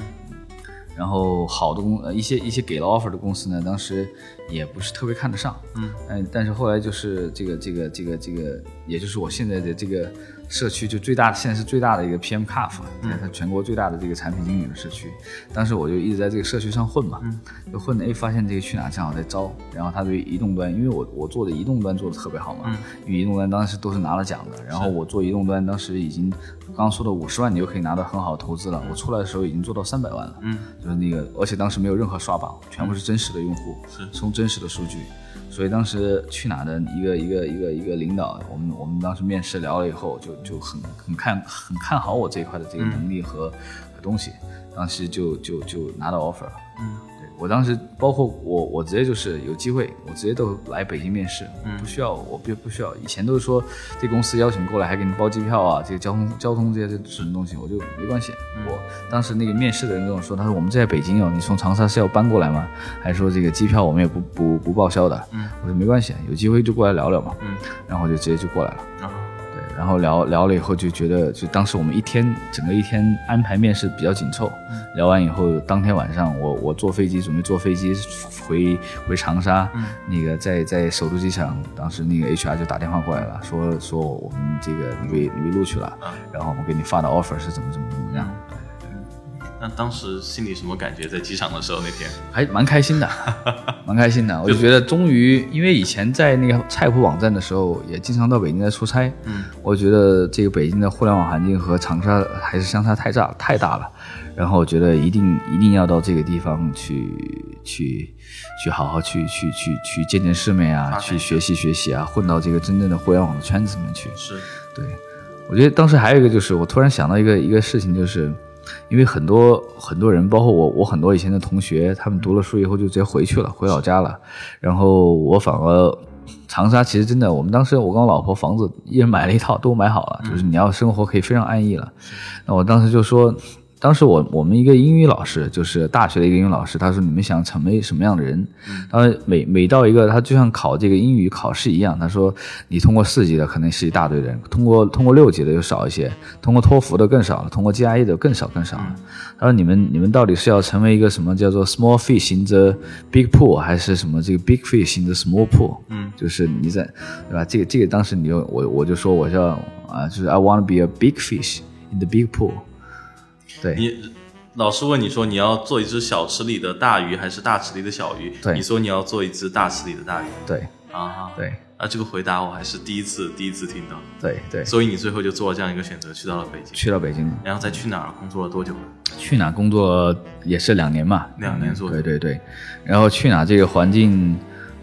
[SPEAKER 2] 然后好的公呃一些一些给了 offer 的公司呢，当时也不是特别看得上，
[SPEAKER 3] 嗯
[SPEAKER 2] 但哎但是后来就是这个这个这个这个，也就是我现在的这个社区就最大现在是最大的一个 PM CAF，它全国最大的这个产品经理的社区，当时我就一直在这个社区上混嘛，就混哎发现这个去哪儿正好在招，然后他对移动端，因为我我做的移动端做的特别好嘛，
[SPEAKER 3] 嗯
[SPEAKER 2] 因为移动端当时都是拿了奖的，然后我做移动端当时已经刚刚说的五十万你就可以拿到很好的投资了，我出来的时候已经做到三百万了，
[SPEAKER 3] 嗯，
[SPEAKER 2] 就是那个，而且当时没有任何刷榜，全部是真实的用户，
[SPEAKER 3] 是
[SPEAKER 2] 从真实的数据。所以当时去哪的一个一个一个一个领导，我们我们当时面试聊了以后，就就很很看很看好我这一块的这
[SPEAKER 3] 嗯
[SPEAKER 2] 个能力和、和东西，当时就就就拿到 offer 了。
[SPEAKER 3] 嗯，
[SPEAKER 2] 对我当时包括我我直接就是有机会，我直接都来北京面试，
[SPEAKER 3] 嗯
[SPEAKER 2] 不需要我不不需要，以前都是说这公司邀请过来还给你包机票啊，这个交通交通这些这种东西，我就没关系。
[SPEAKER 3] 嗯
[SPEAKER 2] 我当时那个面试的人跟我说，他说我们这在北京哦，你从长沙是要搬过来吗？还说这个机票我们也不不不报销的。
[SPEAKER 3] 嗯，
[SPEAKER 2] 我说没关系，有机会就过来聊聊嘛。
[SPEAKER 3] 嗯，
[SPEAKER 2] 然后我就直接就过来了。
[SPEAKER 3] 啊
[SPEAKER 2] 对，然后聊聊了以后就觉得，就当时我们一天整个一天安排面试比较紧凑，聊完以后，当天晚上我我坐飞机准备坐飞机回回长沙，那个在在首都机场，当时那个 HR 就打电话过来了，说说我们这个你被你被录取了，然后我们给你发的 offer 是怎么怎么怎么样，
[SPEAKER 3] 那当时心里什么感觉？在机场的时候那天，
[SPEAKER 2] 还蛮 开心的，蛮开心的。我就觉得终于，因为以前在那个菜谱网站的时候，也经常到北京来出差。
[SPEAKER 3] 嗯，
[SPEAKER 2] 我觉得这个北京的互联网环境和长沙还是相差太大太大了。然后我觉得一定一定要到这个地方去去去好好去去去去见见世面
[SPEAKER 3] 发
[SPEAKER 2] 啊，
[SPEAKER 3] 展
[SPEAKER 2] 去
[SPEAKER 3] 一下
[SPEAKER 2] 学习学习啊，混到这个真正的互联网的圈子里面去。
[SPEAKER 3] 是
[SPEAKER 2] 对，我觉得当时还有一个就是，我突然想到一个一个事情，就是因为很多很多人，包括我，我很多以前的同学，他们读了书以后就直接回去了，回老家了。然后我反而长沙其实真的，我们当时我跟我老婆房子一人买了一套，都买好了，就是你要生活可以非常安逸了。那我当时就说。当时我我们一个英语老师，就是大学的一个英语老师，他说你们想成为什么样的人？他说每每到一个，他就像考这个英语考试一样，他说你通过四级的可能是一大堆人，通过通过六级的就少一些，通过托福的更少了，通过 GRE 的更少更少了。他说你们你们到底是要成为一个什么叫做 small fish in the big pool，还是什么这个 big fish in the small pool？
[SPEAKER 3] 嗯，
[SPEAKER 2] 就是你在对吧？这个这个当时你就我我就说我叫啊，就是 I want to be a big fish in the big pool。对，
[SPEAKER 3] 你老师问你说你要做一只小池里的大鱼还是大池里的小鱼？
[SPEAKER 2] 对
[SPEAKER 3] 你说你要做一只大池里的大鱼
[SPEAKER 2] 对
[SPEAKER 3] 啊。
[SPEAKER 2] 对
[SPEAKER 3] 啊，这个回答我还是第一次第一次听到，
[SPEAKER 2] 对对，
[SPEAKER 3] 所以你最后就做了这样一个选择，去到了北京，
[SPEAKER 2] 去了北京，
[SPEAKER 3] 然后再去哪儿工作了多久？
[SPEAKER 2] 去哪工作也是两年嘛，
[SPEAKER 3] 两年左右
[SPEAKER 2] 对对对，然后去哪这个环境，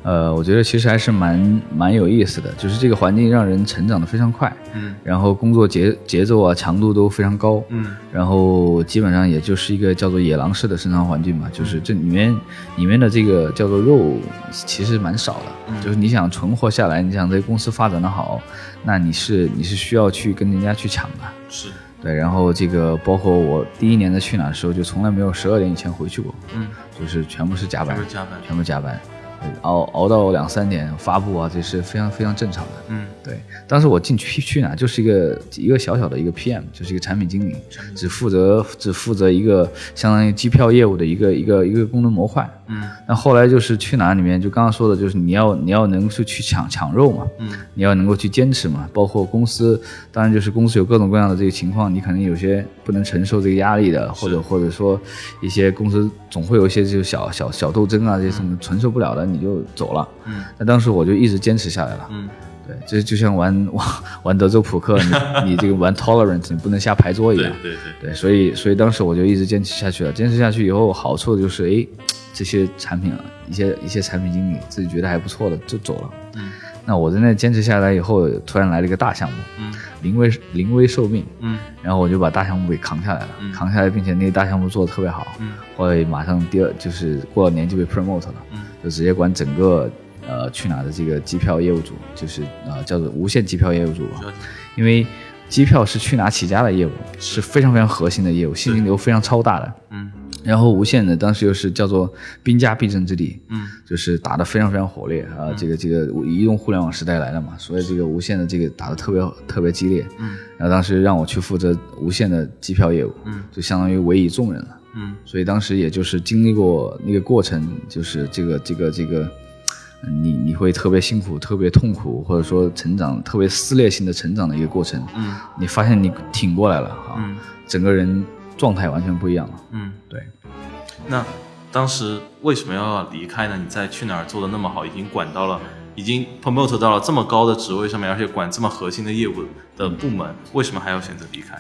[SPEAKER 2] 呃，我觉得其实还是蛮蛮有意思的，就是这个环境让人成长的非常快，
[SPEAKER 3] 嗯
[SPEAKER 2] 然后工作节节奏啊、强度都非常高，
[SPEAKER 3] 嗯
[SPEAKER 2] 然后基本上也就是一个叫做野狼式的生长环境嘛，就是这里面里面的这个叫做肉其实蛮少
[SPEAKER 3] 嗯
[SPEAKER 2] 的，就是你想存活下来，你想在公司发展的好，那你是你是需要去跟人家去抢的。
[SPEAKER 3] 是
[SPEAKER 2] 对，然后这个包括我第一年在去哪儿的时候，就从来没有十二点以前回去过，
[SPEAKER 3] 嗯，
[SPEAKER 2] 就是全部是加
[SPEAKER 3] 全
[SPEAKER 2] 班
[SPEAKER 3] 部，加班，
[SPEAKER 2] 全部加班，对熬熬到两三点发布啊，这是非常非常正常的。
[SPEAKER 3] 嗯
[SPEAKER 2] 对，当时我进去去哪儿就是一个一个小小的一个 PM，就是一个产品经理，只负责只负责一个相当于机票业务的一个一个一个功能模块。
[SPEAKER 3] 嗯
[SPEAKER 2] 那后来就是去哪儿里面，就刚刚说的，就是你要你要能去去抢抢肉嘛，
[SPEAKER 3] 嗯
[SPEAKER 2] 你要能够去坚持嘛。包括公司，当然就是公司有各种各样的这个情况，你可能有些不能承受这个压力的，或者或者说一些公司总会有一些就是小小小斗争啊，这些什么承受不了的你就走了。
[SPEAKER 3] 嗯
[SPEAKER 2] 那当时我就一直坚持下来了。
[SPEAKER 3] 嗯
[SPEAKER 2] 对，这就像玩 玩玩德州扑克，你你这个玩 tolerance，你不能下牌桌一
[SPEAKER 3] 对
[SPEAKER 2] 样。
[SPEAKER 3] 对对，
[SPEAKER 2] 对，所以所以当时我就一直坚持下去了。坚持下去以后，好处就是，哎，这些产品啊，一些一些产品经理自己觉得还不错的就走了。
[SPEAKER 3] 嗯
[SPEAKER 2] 那我在那坚持下来以后，突然来了一个大项目，
[SPEAKER 3] 嗯
[SPEAKER 2] 临危临危受命，
[SPEAKER 3] 嗯
[SPEAKER 2] 然后我就把大项目给扛下来了，
[SPEAKER 3] 嗯
[SPEAKER 2] 扛下来，并且那个大项目做的特别好，
[SPEAKER 3] 嗯
[SPEAKER 2] 后来马上第二就是过了年就被 promote 了，
[SPEAKER 3] 嗯
[SPEAKER 2] 就直接管整个呃去哪儿的这个机票业务组，就是呃叫做无线机票业务组吧，
[SPEAKER 3] 了解
[SPEAKER 2] 因为机票是去哪起家的业务，是非常非常核心的业务，现金流非常超大的。
[SPEAKER 1] 嗯
[SPEAKER 2] 然后无线呢，当时又是叫做兵家必争之地，
[SPEAKER 1] 嗯，
[SPEAKER 2] 就是打得非常非常火烈啊。这个这个移动互联网时代来了嘛，所以这个无线的这个打得特别特别激烈。
[SPEAKER 1] 嗯，
[SPEAKER 2] 然后当时让我去负责无线的机票业务，
[SPEAKER 1] 嗯，
[SPEAKER 2] 就相当于委以重任了。
[SPEAKER 1] 嗯
[SPEAKER 2] 所以当时也就是经历过那个过程，就是这个这个这个，嗯你你会特别辛苦、特别痛苦，或者说成长特别撕裂性的成长的一个过程。
[SPEAKER 1] 嗯，
[SPEAKER 2] 你发现你挺过来了啊，
[SPEAKER 1] 嗯
[SPEAKER 2] 整个人状态完全不一样了。
[SPEAKER 1] 嗯，
[SPEAKER 2] 对，
[SPEAKER 3] 那当时为什么要离开呢？你在去哪儿做的那么好，已经管到了，已经 promote 到了这么高的职位上面，而且管这么核心的业务的部门，为什么还要选择离开？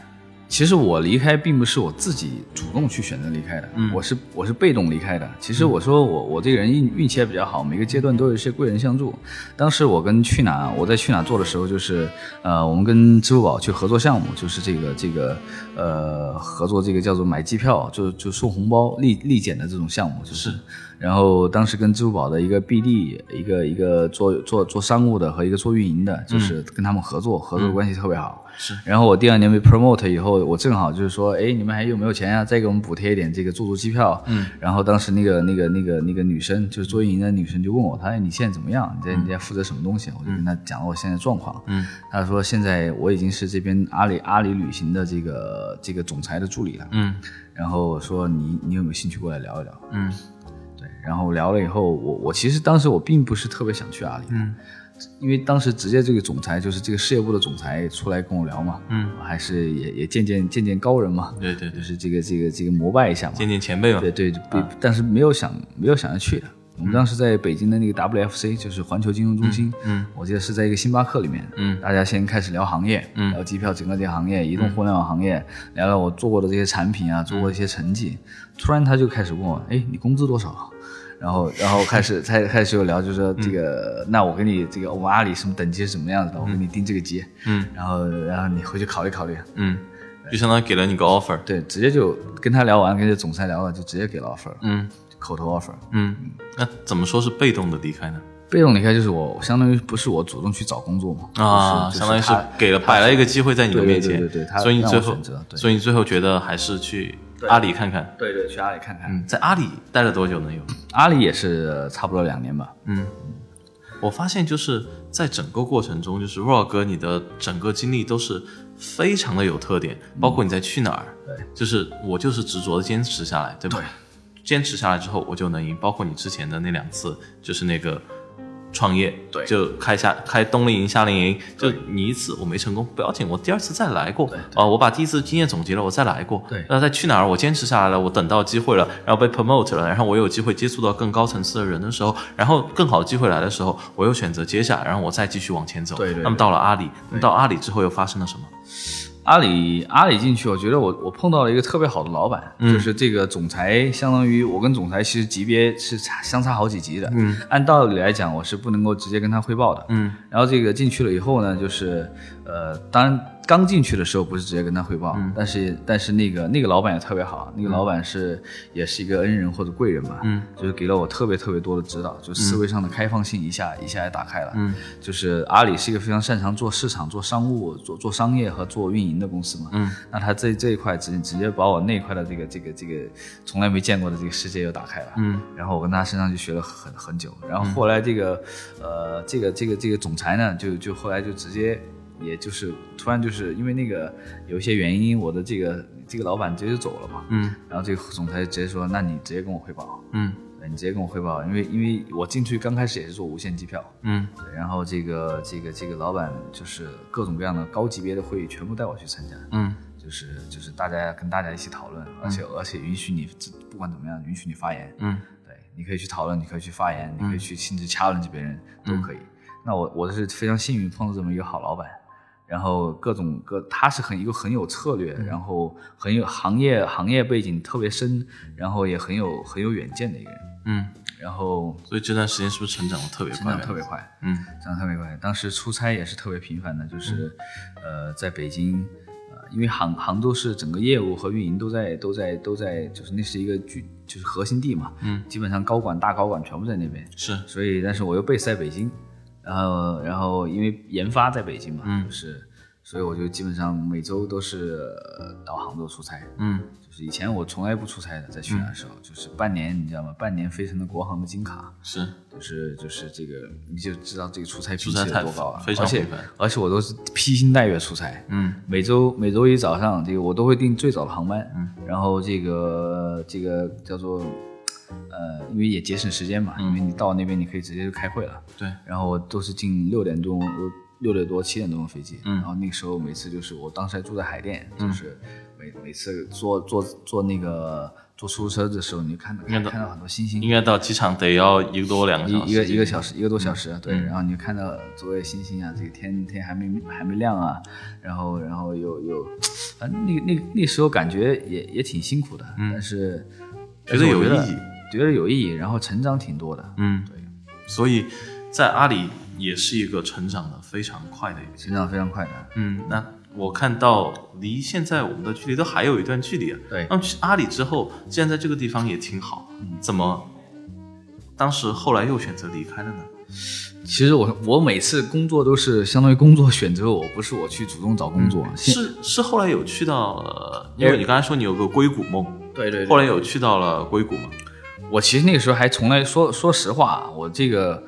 [SPEAKER 2] 其实我离开并不是我自己主动去选择离开的，
[SPEAKER 3] 嗯
[SPEAKER 2] 我是我是被动离开的。其实我说我我这个人运运气也比较好，每个阶段都有一些贵人相助。当时我跟去哪儿我在去哪儿做的时候，就是呃，我们跟支付宝去合作项目，就是这个这个呃合作这个叫做买机票，就就送红包立立减的这种项目，就是。然后当时跟支付宝的一个 BD，一个一个做做做商务的和一个做运营的，就是跟他们合作，合作关系特别好。然后我第二年被 promote 以后，我正好就是说，哎，你们还有没有钱呀、再给我们补贴一点这个住宿机票。嗯。然后当时那个那个那个那个女生，就是做运营的女生就问我，她说哎你现在怎么样？你在你在负责什么东西？我就跟她讲了我现在状况。
[SPEAKER 3] 嗯。
[SPEAKER 2] 她说现在我已经是这边阿里阿里旅行的这个这个总裁的助理了。
[SPEAKER 3] 嗯
[SPEAKER 2] 然后我说你你有没有兴趣过来聊一聊？
[SPEAKER 3] 嗯
[SPEAKER 2] 对，然后聊了以后，我我其实当时我并不是特别想去阿里，
[SPEAKER 3] 嗯，
[SPEAKER 2] 因为当时直接这个总裁就是这个事业部的总裁出来跟我聊嘛，
[SPEAKER 3] 嗯，
[SPEAKER 2] 我还是也也见见见见高人嘛，
[SPEAKER 3] 对对
[SPEAKER 2] 就
[SPEAKER 3] 对，
[SPEAKER 2] 是这个这个这个膜拜一下嘛，
[SPEAKER 3] 见见前辈嘛
[SPEAKER 2] 对。对，不、
[SPEAKER 3] 啊
[SPEAKER 2] 但是没有想没有想要去的。我们当时在北京的那个 WFC，就是环球金融中心，
[SPEAKER 3] 嗯嗯
[SPEAKER 2] 我记得是在一个星巴克里面，
[SPEAKER 3] 嗯
[SPEAKER 2] 大家先开始聊行业，
[SPEAKER 3] 嗯
[SPEAKER 2] 聊机票整个这个行业，移动互联网行业，聊聊我做过的这些产品啊，做过的一些成绩。突然他就开始问我，哎，你工资多少啊？然后，然后开始开开始有聊，就说
[SPEAKER 3] 嗯
[SPEAKER 2] 这个，那我给你这个我们阿里什么等级是什么样子的，我给你定这个级，
[SPEAKER 3] 嗯
[SPEAKER 2] 然后然后你回去考虑考虑。
[SPEAKER 3] 嗯，就相当于给了你个 offer。
[SPEAKER 2] 对，直接就跟他聊完，跟这总裁聊了，就直接给了 offer，
[SPEAKER 3] 嗯
[SPEAKER 2] 口头 offer。
[SPEAKER 3] 嗯，那怎么说是被动的离开呢？
[SPEAKER 2] 被动离开就是我，相当于不是我主动去找工作嘛，
[SPEAKER 3] 啊，
[SPEAKER 2] 就是
[SPEAKER 3] 相当于
[SPEAKER 2] 就是他
[SPEAKER 3] 给了摆了一个机会在你的
[SPEAKER 2] 对对
[SPEAKER 3] 面前，
[SPEAKER 2] 对对对他
[SPEAKER 3] 所以你
[SPEAKER 2] 让
[SPEAKER 3] 最
[SPEAKER 2] 我
[SPEAKER 3] 后
[SPEAKER 2] 选择，对
[SPEAKER 3] 所以你最后觉得还是去阿里看看。
[SPEAKER 2] 对对去阿里看看，
[SPEAKER 3] 嗯，在阿里待了多久呢？有？
[SPEAKER 2] 阿里也是差不多两年吧，
[SPEAKER 3] 嗯，我发现就是在整个过程中，就是 r o 哥你的整个经历都是非常的有特点，包括你在去哪儿，
[SPEAKER 2] 对，
[SPEAKER 3] 就是我就是执着的坚持下来，对吧？
[SPEAKER 2] 对
[SPEAKER 3] 坚持下来之后我就能赢，包括你之前的那两次，就是那个。创业
[SPEAKER 2] 对
[SPEAKER 3] 就开下开冬令营、夏令营，就你一次我没成功不要紧，我第二次再来过啊、我把第一次经验总结了，我再来过。
[SPEAKER 2] 对
[SPEAKER 3] 那在去哪儿我坚持下来了，我等到机会了，然后被 promote 了，然后我有机会接触到更高层次的人的时候，然后更好的机会来的时候，我又选择接下，然后我再继续往前走。
[SPEAKER 2] 对对对
[SPEAKER 3] 那么到了阿里，那么到阿里之后又发生了什么？
[SPEAKER 2] 阿里阿里进去，我觉得我我碰到了一个特别好的老板，就是这个总裁，相当于我跟总裁其实级别是差相差好几级的。嗯，按道理来讲，我是不能够直接跟他汇报的。
[SPEAKER 3] 嗯，
[SPEAKER 2] 然后这个进去了以后呢，就是呃，当然刚进去的时候不是直接跟他汇报，但是但是那个那个老板也特别好，那个老板是、也是一个恩人或者贵人吧，嗯，就是给了我特别特别多的指导，就思维上的开放性一下、一下也打开了。嗯，就是阿里是一个非常擅长做市场、做商务、做做商业和做运营的公司嘛，嗯，那他这这一块直直接把我那一块的这个这个这个从来没见过的这个世界又打开了。嗯，然后我跟他身上就学了很很久，然后后来这个、呃这个这个这个总裁呢，就就后来就直接。也就是突然就是因为那个有一些原因，我的这个这个老板直接就走了嘛，
[SPEAKER 3] 嗯
[SPEAKER 2] 然后这个总裁直接说：“那你直接跟我汇报，
[SPEAKER 3] 嗯
[SPEAKER 2] 对你直接跟我汇报，因为因为我进去刚开始也是做无线机票，
[SPEAKER 3] 嗯
[SPEAKER 2] 对然后这个这个这个老板就是各种各样的高级别的会议全部带我去参加，
[SPEAKER 3] 嗯
[SPEAKER 2] 就是就是大家跟大家一起讨论，而且、而且允许你不管怎么样允许你发言，
[SPEAKER 3] 嗯
[SPEAKER 2] 对，你可以去讨论，你可以去发言，你可以去甚至掐论着别人都可以。那我我是非常幸运碰到这么一个好老板，然后各种各他是很一个很有策略，然后很有行业行业背景特别深，然后也很有很有远见的一个人，
[SPEAKER 3] 嗯，
[SPEAKER 2] 然后
[SPEAKER 3] 所以这段时间是不是成长的特别
[SPEAKER 2] 成
[SPEAKER 3] 快？
[SPEAKER 2] 长特别快。
[SPEAKER 3] 嗯
[SPEAKER 2] 长得特别快。当时出差也是特别频繁的，就是，
[SPEAKER 3] 嗯
[SPEAKER 2] 呃，在北京，呃，因为杭杭州市整个业务和运营都在都在都在，就是那是一个聚，就是核心地嘛，
[SPEAKER 3] 嗯，
[SPEAKER 2] 基本上高管大高管全部在那边，
[SPEAKER 3] 是
[SPEAKER 2] 所以但是我又 base 在北京，然后然后因为研发在北京嘛，
[SPEAKER 3] 嗯
[SPEAKER 2] 就是。所以我就基本上每周都是呃到杭州出差。
[SPEAKER 3] 嗯
[SPEAKER 2] 就是以前我从来不出差的，在去年的时候，就是半年，你知道吗？半年飞成了国航的金卡，
[SPEAKER 3] 是
[SPEAKER 2] 就是就是这个，你就知道这个出差
[SPEAKER 3] 出
[SPEAKER 2] 频
[SPEAKER 3] 差
[SPEAKER 2] 次
[SPEAKER 3] 太
[SPEAKER 2] 有多高啊！
[SPEAKER 3] 非常
[SPEAKER 2] 而且
[SPEAKER 3] 频繁
[SPEAKER 2] 而且我都是披星戴月出差，
[SPEAKER 3] 嗯
[SPEAKER 2] 每周每周一早上，这个我都会订最早的航班，
[SPEAKER 3] 嗯
[SPEAKER 2] 然后这个这个叫做，呃，因为也节省时间嘛，
[SPEAKER 3] 嗯
[SPEAKER 2] 因为你到那边你可以直接就开会了，
[SPEAKER 3] 对
[SPEAKER 2] 然后我都是近六点钟，我六点多七点钟的飞机，
[SPEAKER 3] 嗯
[SPEAKER 2] 然后那个时候每次就是我当时还住在海淀，就是每每次坐坐坐那个坐出租车的时候，你就看到
[SPEAKER 3] 应该
[SPEAKER 2] 看
[SPEAKER 3] 都
[SPEAKER 2] 看到很多星星，
[SPEAKER 3] 应该到机场得要一个多两个小时
[SPEAKER 2] 一一个一个小时一个多小时，啊对，
[SPEAKER 3] 嗯
[SPEAKER 2] 然后你就看到左右星星啊，这个天天还没还没亮啊，然后然后有有，啊那个那个那时候感觉也也挺辛苦的，但是
[SPEAKER 3] 嗯觉得
[SPEAKER 2] 但是我
[SPEAKER 3] 有
[SPEAKER 2] 觉得
[SPEAKER 3] 意义，
[SPEAKER 2] 觉得有意义，然后成长挺多的，
[SPEAKER 3] 嗯，
[SPEAKER 2] 对，
[SPEAKER 3] 所以在阿里也是一个成长的非常快的一个阶段。
[SPEAKER 2] 成长非常快的，
[SPEAKER 3] 嗯，那我看到离现在我们的距离都还有一段距离啊。
[SPEAKER 2] 对嗯
[SPEAKER 3] 那么去阿里之后，既然在这个地方也挺好，怎么当时后来又选择离开了呢？
[SPEAKER 2] 其实我我每次工作都是相当于工作选择我，不是我去主动找工作，
[SPEAKER 3] 嗯
[SPEAKER 2] 现
[SPEAKER 3] 是是后来有去到，呃因为你刚才说你有个硅谷梦，
[SPEAKER 2] 对对对
[SPEAKER 3] 后来有去到了硅谷吗？
[SPEAKER 2] 我其实那个时候还从来说说实话啊，我这个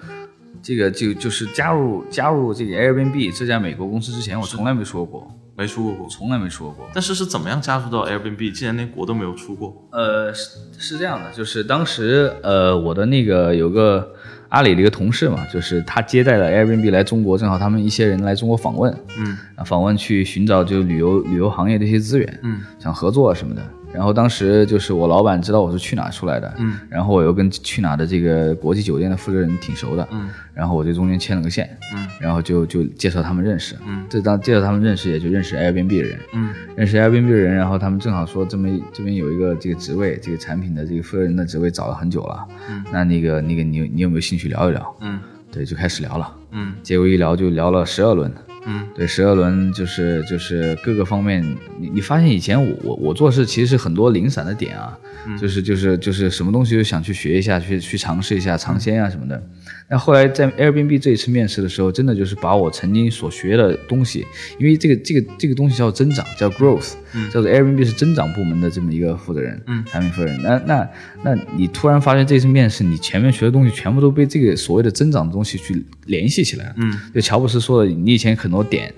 [SPEAKER 2] 这个就就是加入加入这个 Airbnb 这家美国公司之前，我从来没说过，
[SPEAKER 3] 没出过国
[SPEAKER 2] 我。从来没说过。
[SPEAKER 3] 但是是怎么样加入到 Airbnb？既然连国都没有出过，
[SPEAKER 2] 呃，是是这样的，就是当时呃我的那个有个阿里的一个同事嘛，就是他接待了 Airbnb 来中国，正好他们一些人来中国访问，
[SPEAKER 3] 嗯
[SPEAKER 2] 啊访问去寻找就旅游旅游行业的一些资源，
[SPEAKER 3] 嗯，
[SPEAKER 2] 想合作什么的。然后当时就是我老板知道我是去哪儿出来的，
[SPEAKER 3] 嗯，
[SPEAKER 2] 然后我又跟去哪儿的这个国际酒店的负责人挺熟的，
[SPEAKER 3] 嗯，
[SPEAKER 2] 然后我就中间牵了个线，
[SPEAKER 3] 嗯，
[SPEAKER 2] 然后就就介绍他们认识，
[SPEAKER 3] 嗯
[SPEAKER 2] 这当介绍他们认识也就认识 Airbnb 的人，
[SPEAKER 3] 嗯
[SPEAKER 2] 认识 Airbnb 的人，然后他们正好说这么一这边有一个这个职位，这个产品的这个负责人的职位找了很久了，
[SPEAKER 3] 嗯
[SPEAKER 2] 那那个那个你你有没有兴趣聊一聊？
[SPEAKER 3] 嗯
[SPEAKER 2] 对，就开始聊了，
[SPEAKER 3] 嗯
[SPEAKER 2] 结果一聊就聊了十二轮，
[SPEAKER 3] 嗯
[SPEAKER 2] 对，十二轮就是就是各个方面，你你发现以前我我我做事其实是很多零散的点啊，就是就是就是什么东西就想去学一下，去去尝试一下尝鲜啊什么的。那后来在 Airbnb 这一次面试的时候，真的就是把我曾经所学的东西，因为这个这个这个东西叫增长，叫 growth，、叫做 Airbnb 是增长部门的这么一个负责人，
[SPEAKER 3] 嗯
[SPEAKER 2] 产品负责人。那那那你突然发现这次面试，你前面学的东西全部都被这个所谓的增长的东西去联系起来了。
[SPEAKER 3] 嗯，
[SPEAKER 2] 就乔布斯说的，你以前很多点，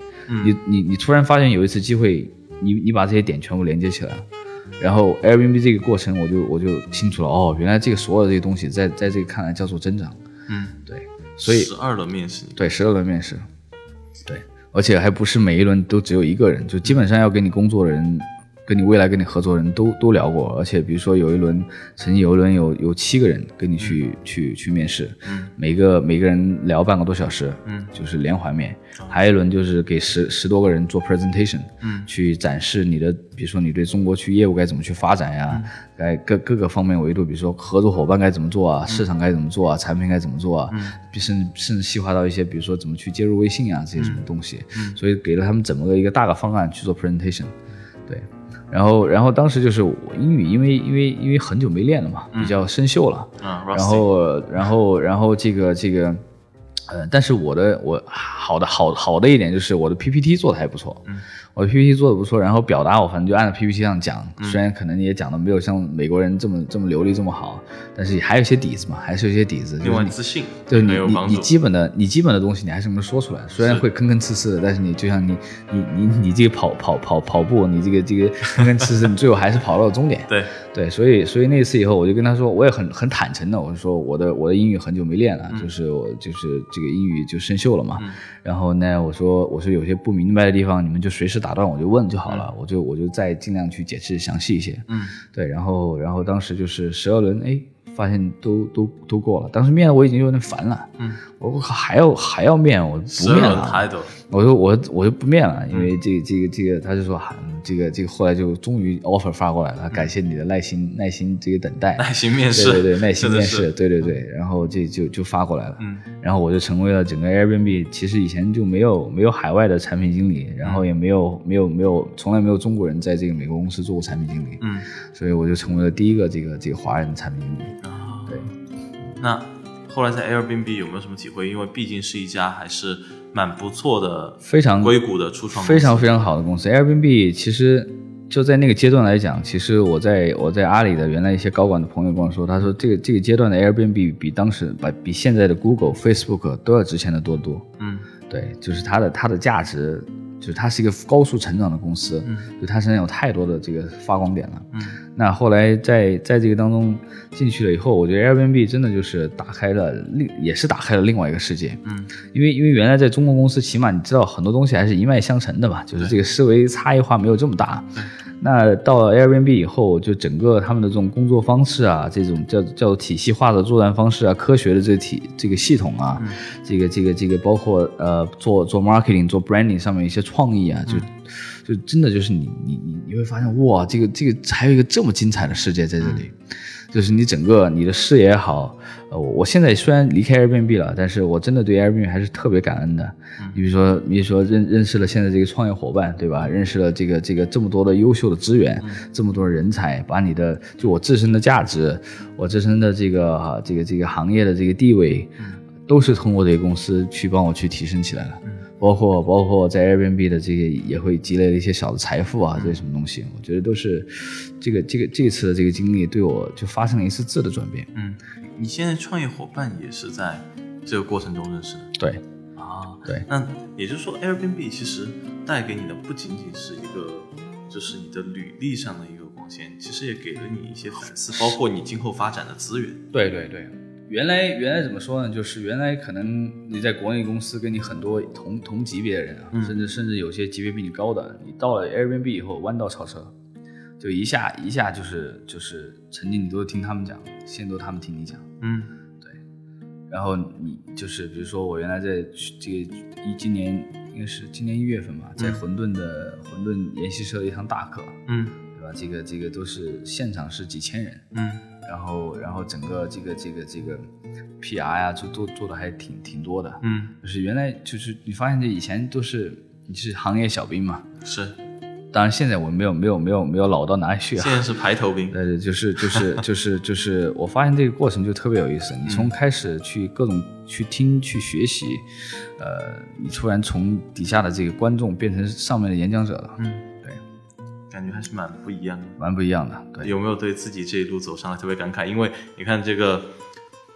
[SPEAKER 2] 你你你突然发现有一次机会，你你把这些点全部连接起来了。然后 Airbnb 这个过程，我就我就清楚了哦，原来这个所有的这些东西在在这个看来叫做增长，
[SPEAKER 3] 嗯，
[SPEAKER 2] 对，所以
[SPEAKER 3] 十二轮面试，
[SPEAKER 2] 对，十二轮面试，对，而且还不是每一轮都只有一个人，就基本上要跟你工作的人、跟你未来跟你合作的人都都聊过，而且比如说有一轮，曾经有一轮有有七个人跟你去、去去面试，
[SPEAKER 3] 嗯
[SPEAKER 2] 每个每个人聊半个多小时，
[SPEAKER 3] 嗯
[SPEAKER 2] 就是连环面，还有一轮就是给十十多个人做 presentation，
[SPEAKER 3] 嗯
[SPEAKER 2] 去展示你的，比如说你对中国区业务该怎么去发展呀，
[SPEAKER 3] 嗯
[SPEAKER 2] 该各各个方面维度，比如说合作伙伴该怎么做
[SPEAKER 3] 嗯
[SPEAKER 2] 啊，市场该怎么做啊，产品该怎么做啊，甚至甚至细化到一些，比如说怎么去接入微信啊这些什么东西，
[SPEAKER 3] 嗯
[SPEAKER 2] 所以给了他们整个一个大的方案去做 presentation，对。然后，然后当时就是我英语，因为因为因为很久没练了
[SPEAKER 3] 嗯
[SPEAKER 2] 嘛，比较生锈了，
[SPEAKER 3] 啊，
[SPEAKER 2] 然后，然后，然后这个这个，呃，但是我的我好的好好的一点就是我的 PPT 做的还不错，
[SPEAKER 3] 嗯
[SPEAKER 2] 我的 PPT 做的不错，然后表达我反正就按照 PPT 上讲，
[SPEAKER 3] 嗯
[SPEAKER 2] 虽然可能也讲的没有像美国人这么这么流利这么好，但是还有一些底子嘛，还是有一些底子。
[SPEAKER 3] 另
[SPEAKER 2] 就是
[SPEAKER 3] 外
[SPEAKER 2] 你
[SPEAKER 3] 自信
[SPEAKER 2] 就是你
[SPEAKER 3] 很有
[SPEAKER 2] 你
[SPEAKER 3] 帮
[SPEAKER 2] 你
[SPEAKER 3] 助。
[SPEAKER 2] 基本的你基本的东西你还是能说出来，虽然
[SPEAKER 3] 是
[SPEAKER 2] 会吭吭哧哧的，但是你就像你你你你这个跑跑跑跑步，你这个这个吭吭哧哧，你最后还是跑到了 终点。
[SPEAKER 3] 对，
[SPEAKER 2] 对，所以所以那次以后，我就跟他说，我也很很坦诚的，我就说我的我的英语很久没练了，就是我就是这个英语就生锈了嘛。
[SPEAKER 3] 嗯
[SPEAKER 2] 然后呢，我说我说有些不明白的地方，你们就随时打断我就问就好了，我就我就再尽量去解释详细一些。
[SPEAKER 3] 嗯
[SPEAKER 2] 对，然后然后当时就是十二轮，哎，发现都都都过了。当时面我已经有点烦了，
[SPEAKER 3] 嗯，
[SPEAKER 2] 我我靠还要还要面，我不
[SPEAKER 3] 十二
[SPEAKER 2] 面啊
[SPEAKER 3] 轮
[SPEAKER 2] 了。
[SPEAKER 3] 太多了，
[SPEAKER 2] 我说我我就不面了，因
[SPEAKER 3] 嗯
[SPEAKER 2] 为这个这个这个，他就说啊，嗯这个这个后来就终于 offer 发过来了，感谢你的耐心耐心这个等 待，
[SPEAKER 3] 耐心面试，
[SPEAKER 2] 对对对，耐心
[SPEAKER 3] 真的
[SPEAKER 2] 面
[SPEAKER 3] 是
[SPEAKER 2] 试，，对对对，然后这就就发过来了，
[SPEAKER 3] 嗯
[SPEAKER 2] 然后我就成为了整个 Airbnb，其实以前就没有没有海外的产品经理，然
[SPEAKER 3] 嗯
[SPEAKER 2] 后也没有没有没有从来没有中国人在这个美国公司做过产品经理，
[SPEAKER 3] 嗯。
[SPEAKER 2] 所以我就成为了第一个这个这个华人产品经理，对。
[SPEAKER 3] 嗯那后来在 Airbnb 有没有什么体会？因为毕竟是一家还是蛮不错的，
[SPEAKER 2] 非常
[SPEAKER 3] 硅谷的初创公司，
[SPEAKER 2] 非常非常好的公司。Airbnb 其实就在那个阶段来讲，其实我在我在阿里的原来一些高管的朋友跟我说，他说这个这个阶段的 Airbnb 比当时把比现在的 Google、Facebook 都要值钱的多得多。
[SPEAKER 3] 嗯
[SPEAKER 2] 对，就是它的它的价值，就是它是一个高速成长的公司，
[SPEAKER 3] 嗯
[SPEAKER 2] 就它身上有太多的这个发光点了。
[SPEAKER 3] 嗯
[SPEAKER 2] 那后来在在这个当中进去了以后，我觉得 Airbnb 真的就是打开了另也是打开了另外一个世界，
[SPEAKER 3] 嗯
[SPEAKER 2] 因为因为原来在中国公司，起码你知道很多东西还是一脉相承的吧，就是这个思维差异化没有这么大。那到了 Airbnb 以后，就整个他们的这种工作方式啊，这种叫叫体系化的作战方式啊，科学的这体这个系统啊，这个这个这个包括呃做做 marketing 做 branding 上面一些创意啊，就、就真的就是你你你你会发现哇，这个这个还有一个这么精彩的世界在这里，就是你整个你的视野也好，呃，我我现在虽然离开 Airbnb 了，但是我真的对 Airbnb 还是特别感恩的。你比如说，你比如说认认识了现在这个创业伙伴，对吧？认识了这个这个这么多的优秀的资源，这么多的人才，把你的就我自身的价值，我自身的这个、啊这个这个行业的这个地位，都是通过这个公司去帮我去提升起来了。包括包括在 Airbnb 的这个也会积累了一些小的财富啊，这些什么东西，我觉得都是这个这个这次的这个经历对我就发生了一次质的转变。
[SPEAKER 3] 嗯，你现在创业伙伴也是在这个过程中认识的
[SPEAKER 2] 对
[SPEAKER 3] 啊？
[SPEAKER 2] 对，
[SPEAKER 3] 那也就是说，Airbnb 其实带给你的不仅仅是一个，就是你的履历上的一个光鲜，其实也给了你一些反思，包括你今后发展的资源。
[SPEAKER 2] 对对对，原来原来怎么说呢？就是原来可能你在国内公司跟你很多同同级别的人啊，
[SPEAKER 3] 嗯
[SPEAKER 2] 甚至甚至有些级别比你高的，你到了 Airbnb 以后弯道超车，就一下一下就是就是曾经你都是听他们讲，现在都他们听你讲。
[SPEAKER 3] 嗯
[SPEAKER 2] 然后你就是比如说我原来在去这个一今年应该是今年一月份吧，在
[SPEAKER 3] 嗯
[SPEAKER 2] 混沌的混沌研习社的一堂大课，
[SPEAKER 3] 嗯
[SPEAKER 2] 对吧？这个这个都是现场是几千人，
[SPEAKER 3] 嗯
[SPEAKER 2] 然后然后整个这个这个这个 PR 呀、就做做的还挺挺多的。
[SPEAKER 3] 嗯，
[SPEAKER 2] 就是原来就是你发现这以前都是你是行业小兵嘛，
[SPEAKER 3] 嗯是，
[SPEAKER 2] 当然现在我没有没有没有没有老到哪里去啊，
[SPEAKER 3] 现在是排头兵。
[SPEAKER 2] 对对，就是就是就是就是，我发现这个过程就特别有意思。你
[SPEAKER 3] 嗯
[SPEAKER 2] 从开始去各种去听去学习，呃，你突然从底下的这个观众变成上面的演讲者了，
[SPEAKER 3] 嗯，
[SPEAKER 2] 对，
[SPEAKER 3] 感觉还是蛮不一样的。
[SPEAKER 2] 蛮不一样的。对，
[SPEAKER 3] 有没有对自己这一路走上来特别感慨？因为你看这个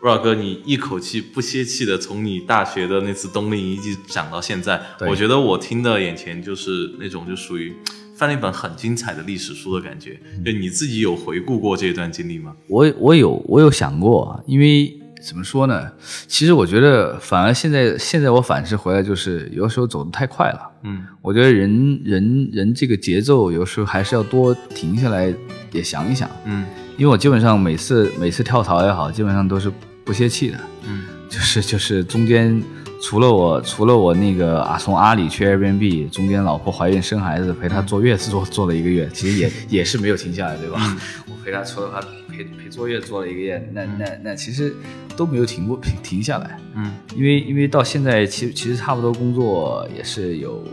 [SPEAKER 3] r 哥，你一口气不歇气的从你大学的那次冬令营一直讲到现在，
[SPEAKER 2] 对
[SPEAKER 3] 我觉得我听的眼前就是那种就属于翻了一本很精彩的历史书的感觉。就你自己有回顾过这段经历吗？
[SPEAKER 2] 我我有我有想过，啊因为怎么说呢？其实我觉得反而现在现在我反思回来，就是有时候走得太快了。
[SPEAKER 3] 嗯
[SPEAKER 2] 我觉得人人人这个节奏有时候还是要多停下来，也想一想。
[SPEAKER 3] 嗯
[SPEAKER 2] 因为我基本上每次每次跳槽也好，基本上都是不歇气的，
[SPEAKER 3] 嗯
[SPEAKER 2] 就是就是中间除了我除了我那个啊从阿里去 Airbnb，中间老婆怀孕生孩子陪她坐月子坐做了一个月，其实 也也是没有停下来，对吧？
[SPEAKER 3] 嗯
[SPEAKER 2] 我陪她除了她陪陪坐月子坐了一个月，那那那其实都没有停过停停下来，
[SPEAKER 3] 嗯
[SPEAKER 2] 因为因为到现在其其实差不多工作也是有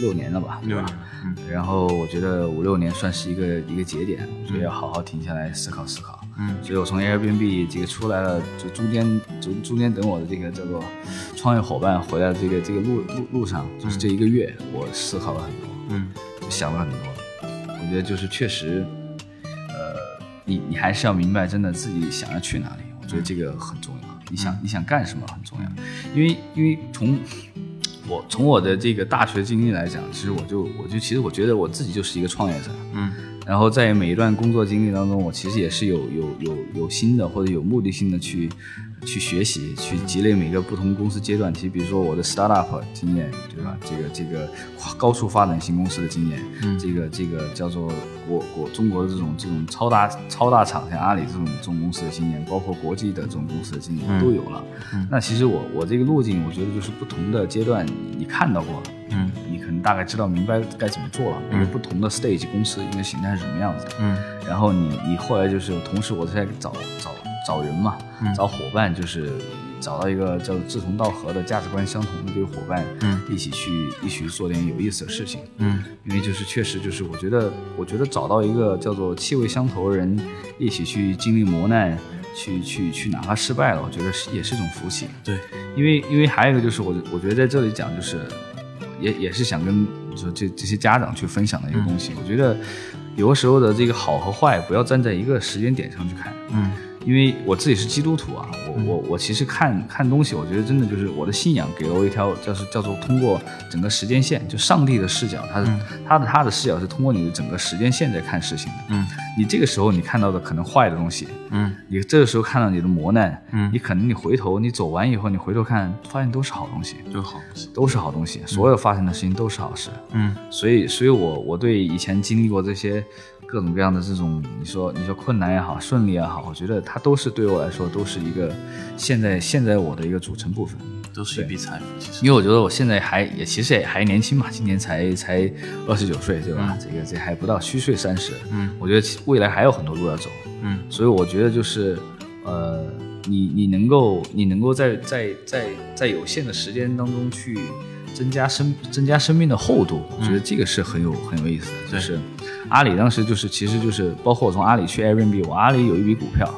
[SPEAKER 2] 六年了吧，对
[SPEAKER 3] 六
[SPEAKER 2] 吧？
[SPEAKER 3] 年，嗯
[SPEAKER 2] 然后我觉得五六年算是一个一个节点，所以要好好停下来思考思考。
[SPEAKER 3] 嗯
[SPEAKER 2] 所以我从 Airbnb 这个出来了，就中间中中间等我的这个叫做创业伙伴回来的这个这个路路路上，就是这一个月，我思考了很多，
[SPEAKER 3] 嗯
[SPEAKER 2] 就想了很多。我觉得就是确实，呃，你你还是要明白，真的自己想要去哪里，我觉得这个很重要。你想你想干什么很重要，因为因为从我从我的这个大学经历来讲，其实我就我就其实我觉得我自己就是一个创业者。
[SPEAKER 3] 嗯
[SPEAKER 2] 然后在每一段工作经历当中，我其实也是有有有有心的或者有目的性的去去学习，去积累每个不同公司阶段。其实比如说我的 startup 经验，对吧？这个这个跨高速发展型公司的经验，
[SPEAKER 3] 嗯
[SPEAKER 2] 这个这个叫做国国中国的这种这种超大超大厂，像阿里这种这种公司的经验，包括国际的这种公司的
[SPEAKER 3] 嗯
[SPEAKER 2] 经验都有了。
[SPEAKER 3] 嗯
[SPEAKER 2] 那其实我我这个路径，我觉得就是不同的阶段你看到过了。
[SPEAKER 3] 嗯
[SPEAKER 2] 你可能大概知道明白该怎么做了，因为
[SPEAKER 3] 嗯
[SPEAKER 2] 不同的 stage 公司应该形态是什么样子的。
[SPEAKER 3] 嗯
[SPEAKER 2] 然后你你后来就是，同时我在找找找人嘛，
[SPEAKER 3] 嗯
[SPEAKER 2] 找伙伴，就是找到一个叫志同道合的价值观相同的这个伙伴，
[SPEAKER 3] 嗯
[SPEAKER 2] 一起去一起去做点有意思的事情。
[SPEAKER 3] 嗯
[SPEAKER 2] 因为就是确实就是，我觉得我觉得找到一个叫做气味相投的人，一起去经历磨难，去去去，哪怕失败了，我觉得是也是一种福气。
[SPEAKER 3] 对，
[SPEAKER 2] 因为因为还有一个就是我我觉得在这里讲就是，也也是想跟你说这这些家长去分享的一个东
[SPEAKER 3] 嗯
[SPEAKER 2] 西。我觉得有的时候的这个好和坏，不要站在一个时间点上去看。
[SPEAKER 3] 嗯，
[SPEAKER 2] 因为我自己是基督徒啊，我我我其实看看东西，我觉得真的就是我的信仰给了我一条叫是叫做通过整个时间线，就上帝的视角，他的、
[SPEAKER 3] 嗯
[SPEAKER 2] 他的他的视角是通过你的整个时间线在看事情的。
[SPEAKER 3] 嗯，
[SPEAKER 2] 你这个时候你看到的可能坏的东西，
[SPEAKER 3] 嗯，
[SPEAKER 2] 你这个时候看到你的磨难，
[SPEAKER 3] 嗯
[SPEAKER 2] 你可能你回头你走完以后，你回头看发现都是好东西，
[SPEAKER 3] 就好东西。
[SPEAKER 2] 都是好东西，所有发生的事情都是好事。
[SPEAKER 3] 嗯
[SPEAKER 2] 所以，所以我我对以前经历过这些各种各样的这种，你说你说困难也好，顺利也好，我觉得它都是对我来说都是一个现在现在我的一个组成部分。
[SPEAKER 3] 都是一笔财富，其实
[SPEAKER 2] 因为我觉得我现在还也其实也还年轻嘛，今年才才二十九岁，对吧？这个这还不到虚岁三十，
[SPEAKER 3] 嗯，
[SPEAKER 2] 我觉得其未来还有很多路要走，
[SPEAKER 3] 嗯，
[SPEAKER 2] 所以我觉得就是，呃，你你能够你能够在在在在有限的时间当中去增加生增加生命的厚度，我觉得这个是很有很有意思的。
[SPEAKER 3] 嗯对
[SPEAKER 2] 就是阿里当时就是其实就是包括我从阿里去 Airbnb，我阿里有一笔股票。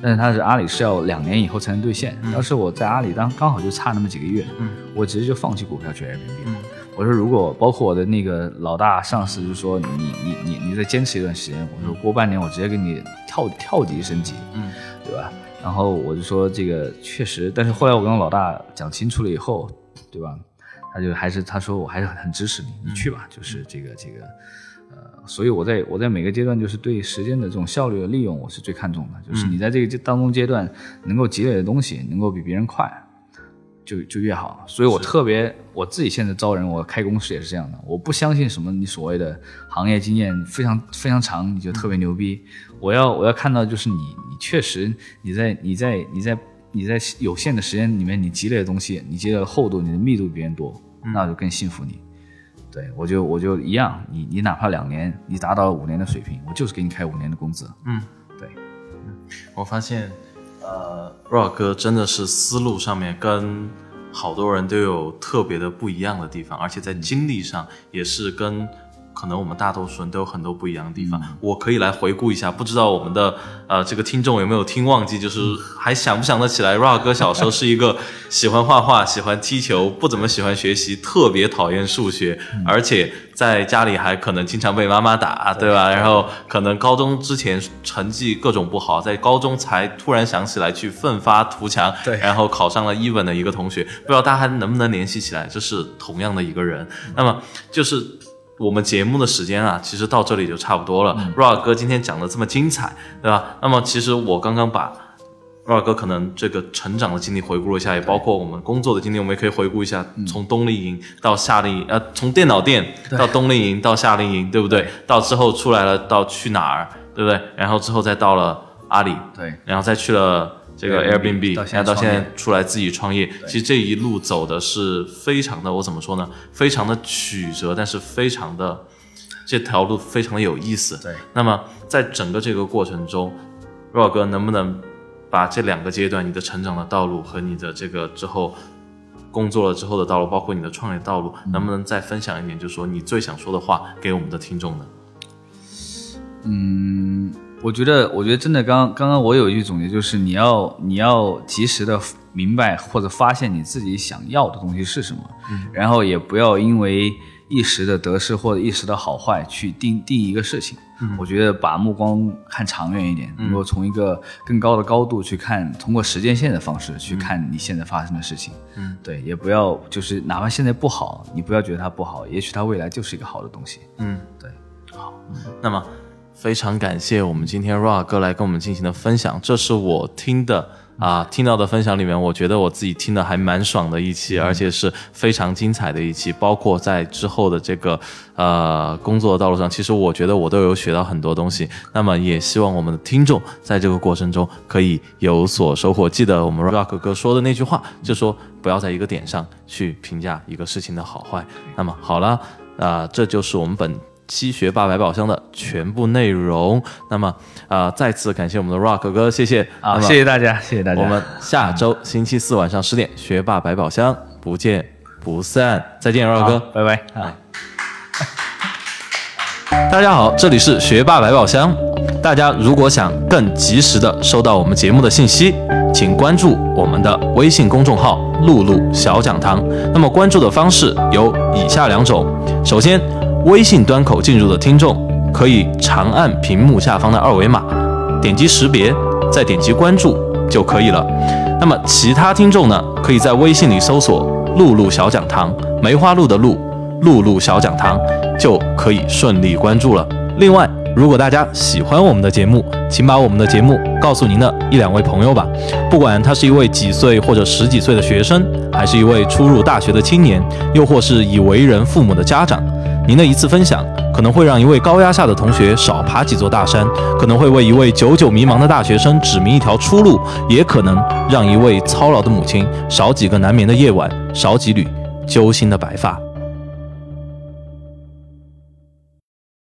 [SPEAKER 2] 但是它是阿里是要两年以后才能兑现，当时我在阿里当刚好就差那么几个月，
[SPEAKER 3] 嗯，
[SPEAKER 2] 我直接就放弃股票去 Airbnb 了。
[SPEAKER 3] 嗯
[SPEAKER 2] 我说如果包括我的那个老大上司就说你你你你再坚持一段时间，我说过半年我直接给你跳跳级升级，
[SPEAKER 3] 嗯，
[SPEAKER 2] 对吧？然后我就说这个确实，但是后来我跟我老大讲清楚了以后，对吧？他就还是他说我还是很很支持你，你去吧，就是这个这个。呃，所以我在我在每个阶段就是对时间的这种效率的利用，我是最看重的。就是你在这个阶当中阶段能够积累的东西，能够比别人快，就就越好。所以我特别我自己现在招人，我开公司也是这样的。我不相信什么你所谓的行业经验非常非常长，你就特别牛逼。我要我要看到就是你你确实你在你在你在你在有限的时间里面你积累的东西，你积累的厚度，你的密度比别人多，那我就更信服你。对我就我就一样，你你哪怕两年，你达到五年的水平，我就是给你开五年的工资。
[SPEAKER 3] 嗯，
[SPEAKER 2] 对，
[SPEAKER 3] 我发现，呃，Rock 哥真的是思路上面跟好多人都有特别的不一样的地方，而且在经历上也是跟可能我们大多数人都有很多不一样的地方。我可以来回顾一下，不知道我们的呃这个听众有没有听忘记，就是还想不想得起来，Rock 哥小时候是一个喜欢画画、喜欢踢球，不怎么喜欢学习，特别讨厌数学，而且在家里还可能经常被妈妈打，对吧？然后可能高中之前成绩各种不好，在高中才突然想起来去奋发图强，
[SPEAKER 2] 对
[SPEAKER 3] 然后考上了一本的一个同学，不知道大家还能不能联系起来，这是同样的一个人。那么就是。我们节目的时间啊，其实到这里就差不多了。Rock 哥今天讲的这么精彩，对吧？那么其实我刚刚把二哥可能这个成长的经历回顾了一下，也包括我们工作的经历，我们也可以回顾一下，
[SPEAKER 2] 嗯
[SPEAKER 3] 从冬令营到夏令营，呃，从电脑店到冬令营到夏令营，对不对？到之后出来了，到去哪儿，对不对？然后之后再到了阿里，
[SPEAKER 2] 对，
[SPEAKER 3] 然后再去了这个
[SPEAKER 2] Airbnb，
[SPEAKER 3] Airbnb，
[SPEAKER 2] 到现在
[SPEAKER 3] 然后到现
[SPEAKER 2] 创
[SPEAKER 3] 在
[SPEAKER 2] 业
[SPEAKER 3] 出来自己创业，其实这一路走的是非常的，我怎么说呢？非常的曲折，但是非常的这条路非常的有意思。
[SPEAKER 2] 对，
[SPEAKER 3] 那么在整个这个过程中，若哥能不能把这两个阶段，你的成长的道路和你的这个之后工作了之后的道路，包括你的创业道路，能不能再分享一点，就是说你最想说的话给我们的听众呢？
[SPEAKER 2] 嗯，我觉得，我觉得真的刚刚刚我有一句总结，就是你要你要及时的明白或者发现你自己想要的东西是什么，然后也不要因为一时的得失或者一时的好坏去定定一个事情。我觉得把目光看长远一点，能够从一个更高的高度去看，通过时间线的方式去看你现在发生的事情。
[SPEAKER 3] 嗯，
[SPEAKER 2] 对，也不要就是哪怕现在不好，你不要觉得它不好，也许它未来就是一个好的东西。
[SPEAKER 3] 嗯，
[SPEAKER 2] 对。
[SPEAKER 3] 那么非常感谢我们今天 Ra 哥来跟我们进行的分享，这是我听的。啊，听到的分享里面，我觉得我自己听的还蛮爽的一期，而且是非常精彩的一期。包括在之后的这个呃工作的道路上，其实我觉得我都有学到很多东西。那么也希望我们的听众在这个过程中可以有所收获。记得我们 Rock 哥说的那句话，就说不要在一个点上去评价一个事情的好坏。那么好了，啊、这就是我们本期学霸百宝箱的全部内容。那么啊、再次感谢我们的 Rock 哥，谢谢
[SPEAKER 2] 啊，
[SPEAKER 3] 那么
[SPEAKER 2] 谢谢大家，谢谢大家。
[SPEAKER 3] 我们下周星期四晚上十点，学霸百宝箱不见不散。再见，Rock
[SPEAKER 2] 好
[SPEAKER 3] 哥。
[SPEAKER 2] 拜拜啊。
[SPEAKER 3] 大家好，这里是学霸百宝箱，
[SPEAKER 1] 大家如果想更及时的收到我们节目的信息，请关注我们的微信公众号“露露小讲堂”。那么关注的方式有以下两种：首先，微信端口进入的听众可以长按屏幕下方的二维码，点击识别，再点击关注就可以了。那么其他听众呢，可以在微信里搜索“露露小讲堂”，梅花鹿的鹿，露露小讲堂，就可以顺利关注了。另外，如果大家喜欢我们的节目，请把我们的节目告诉您的一两位朋友吧。不管他是一位几岁或者十几岁的学生，还是一位初入大学的青年，又或是已为人父母的家长，您的一次分享可能会让一位高压下的同学少爬几座大山，可能会为一位久久迷茫的大学生指明一条出路，也可能让一位操劳的母亲少几个难眠的夜晚，少几缕揪心的白发。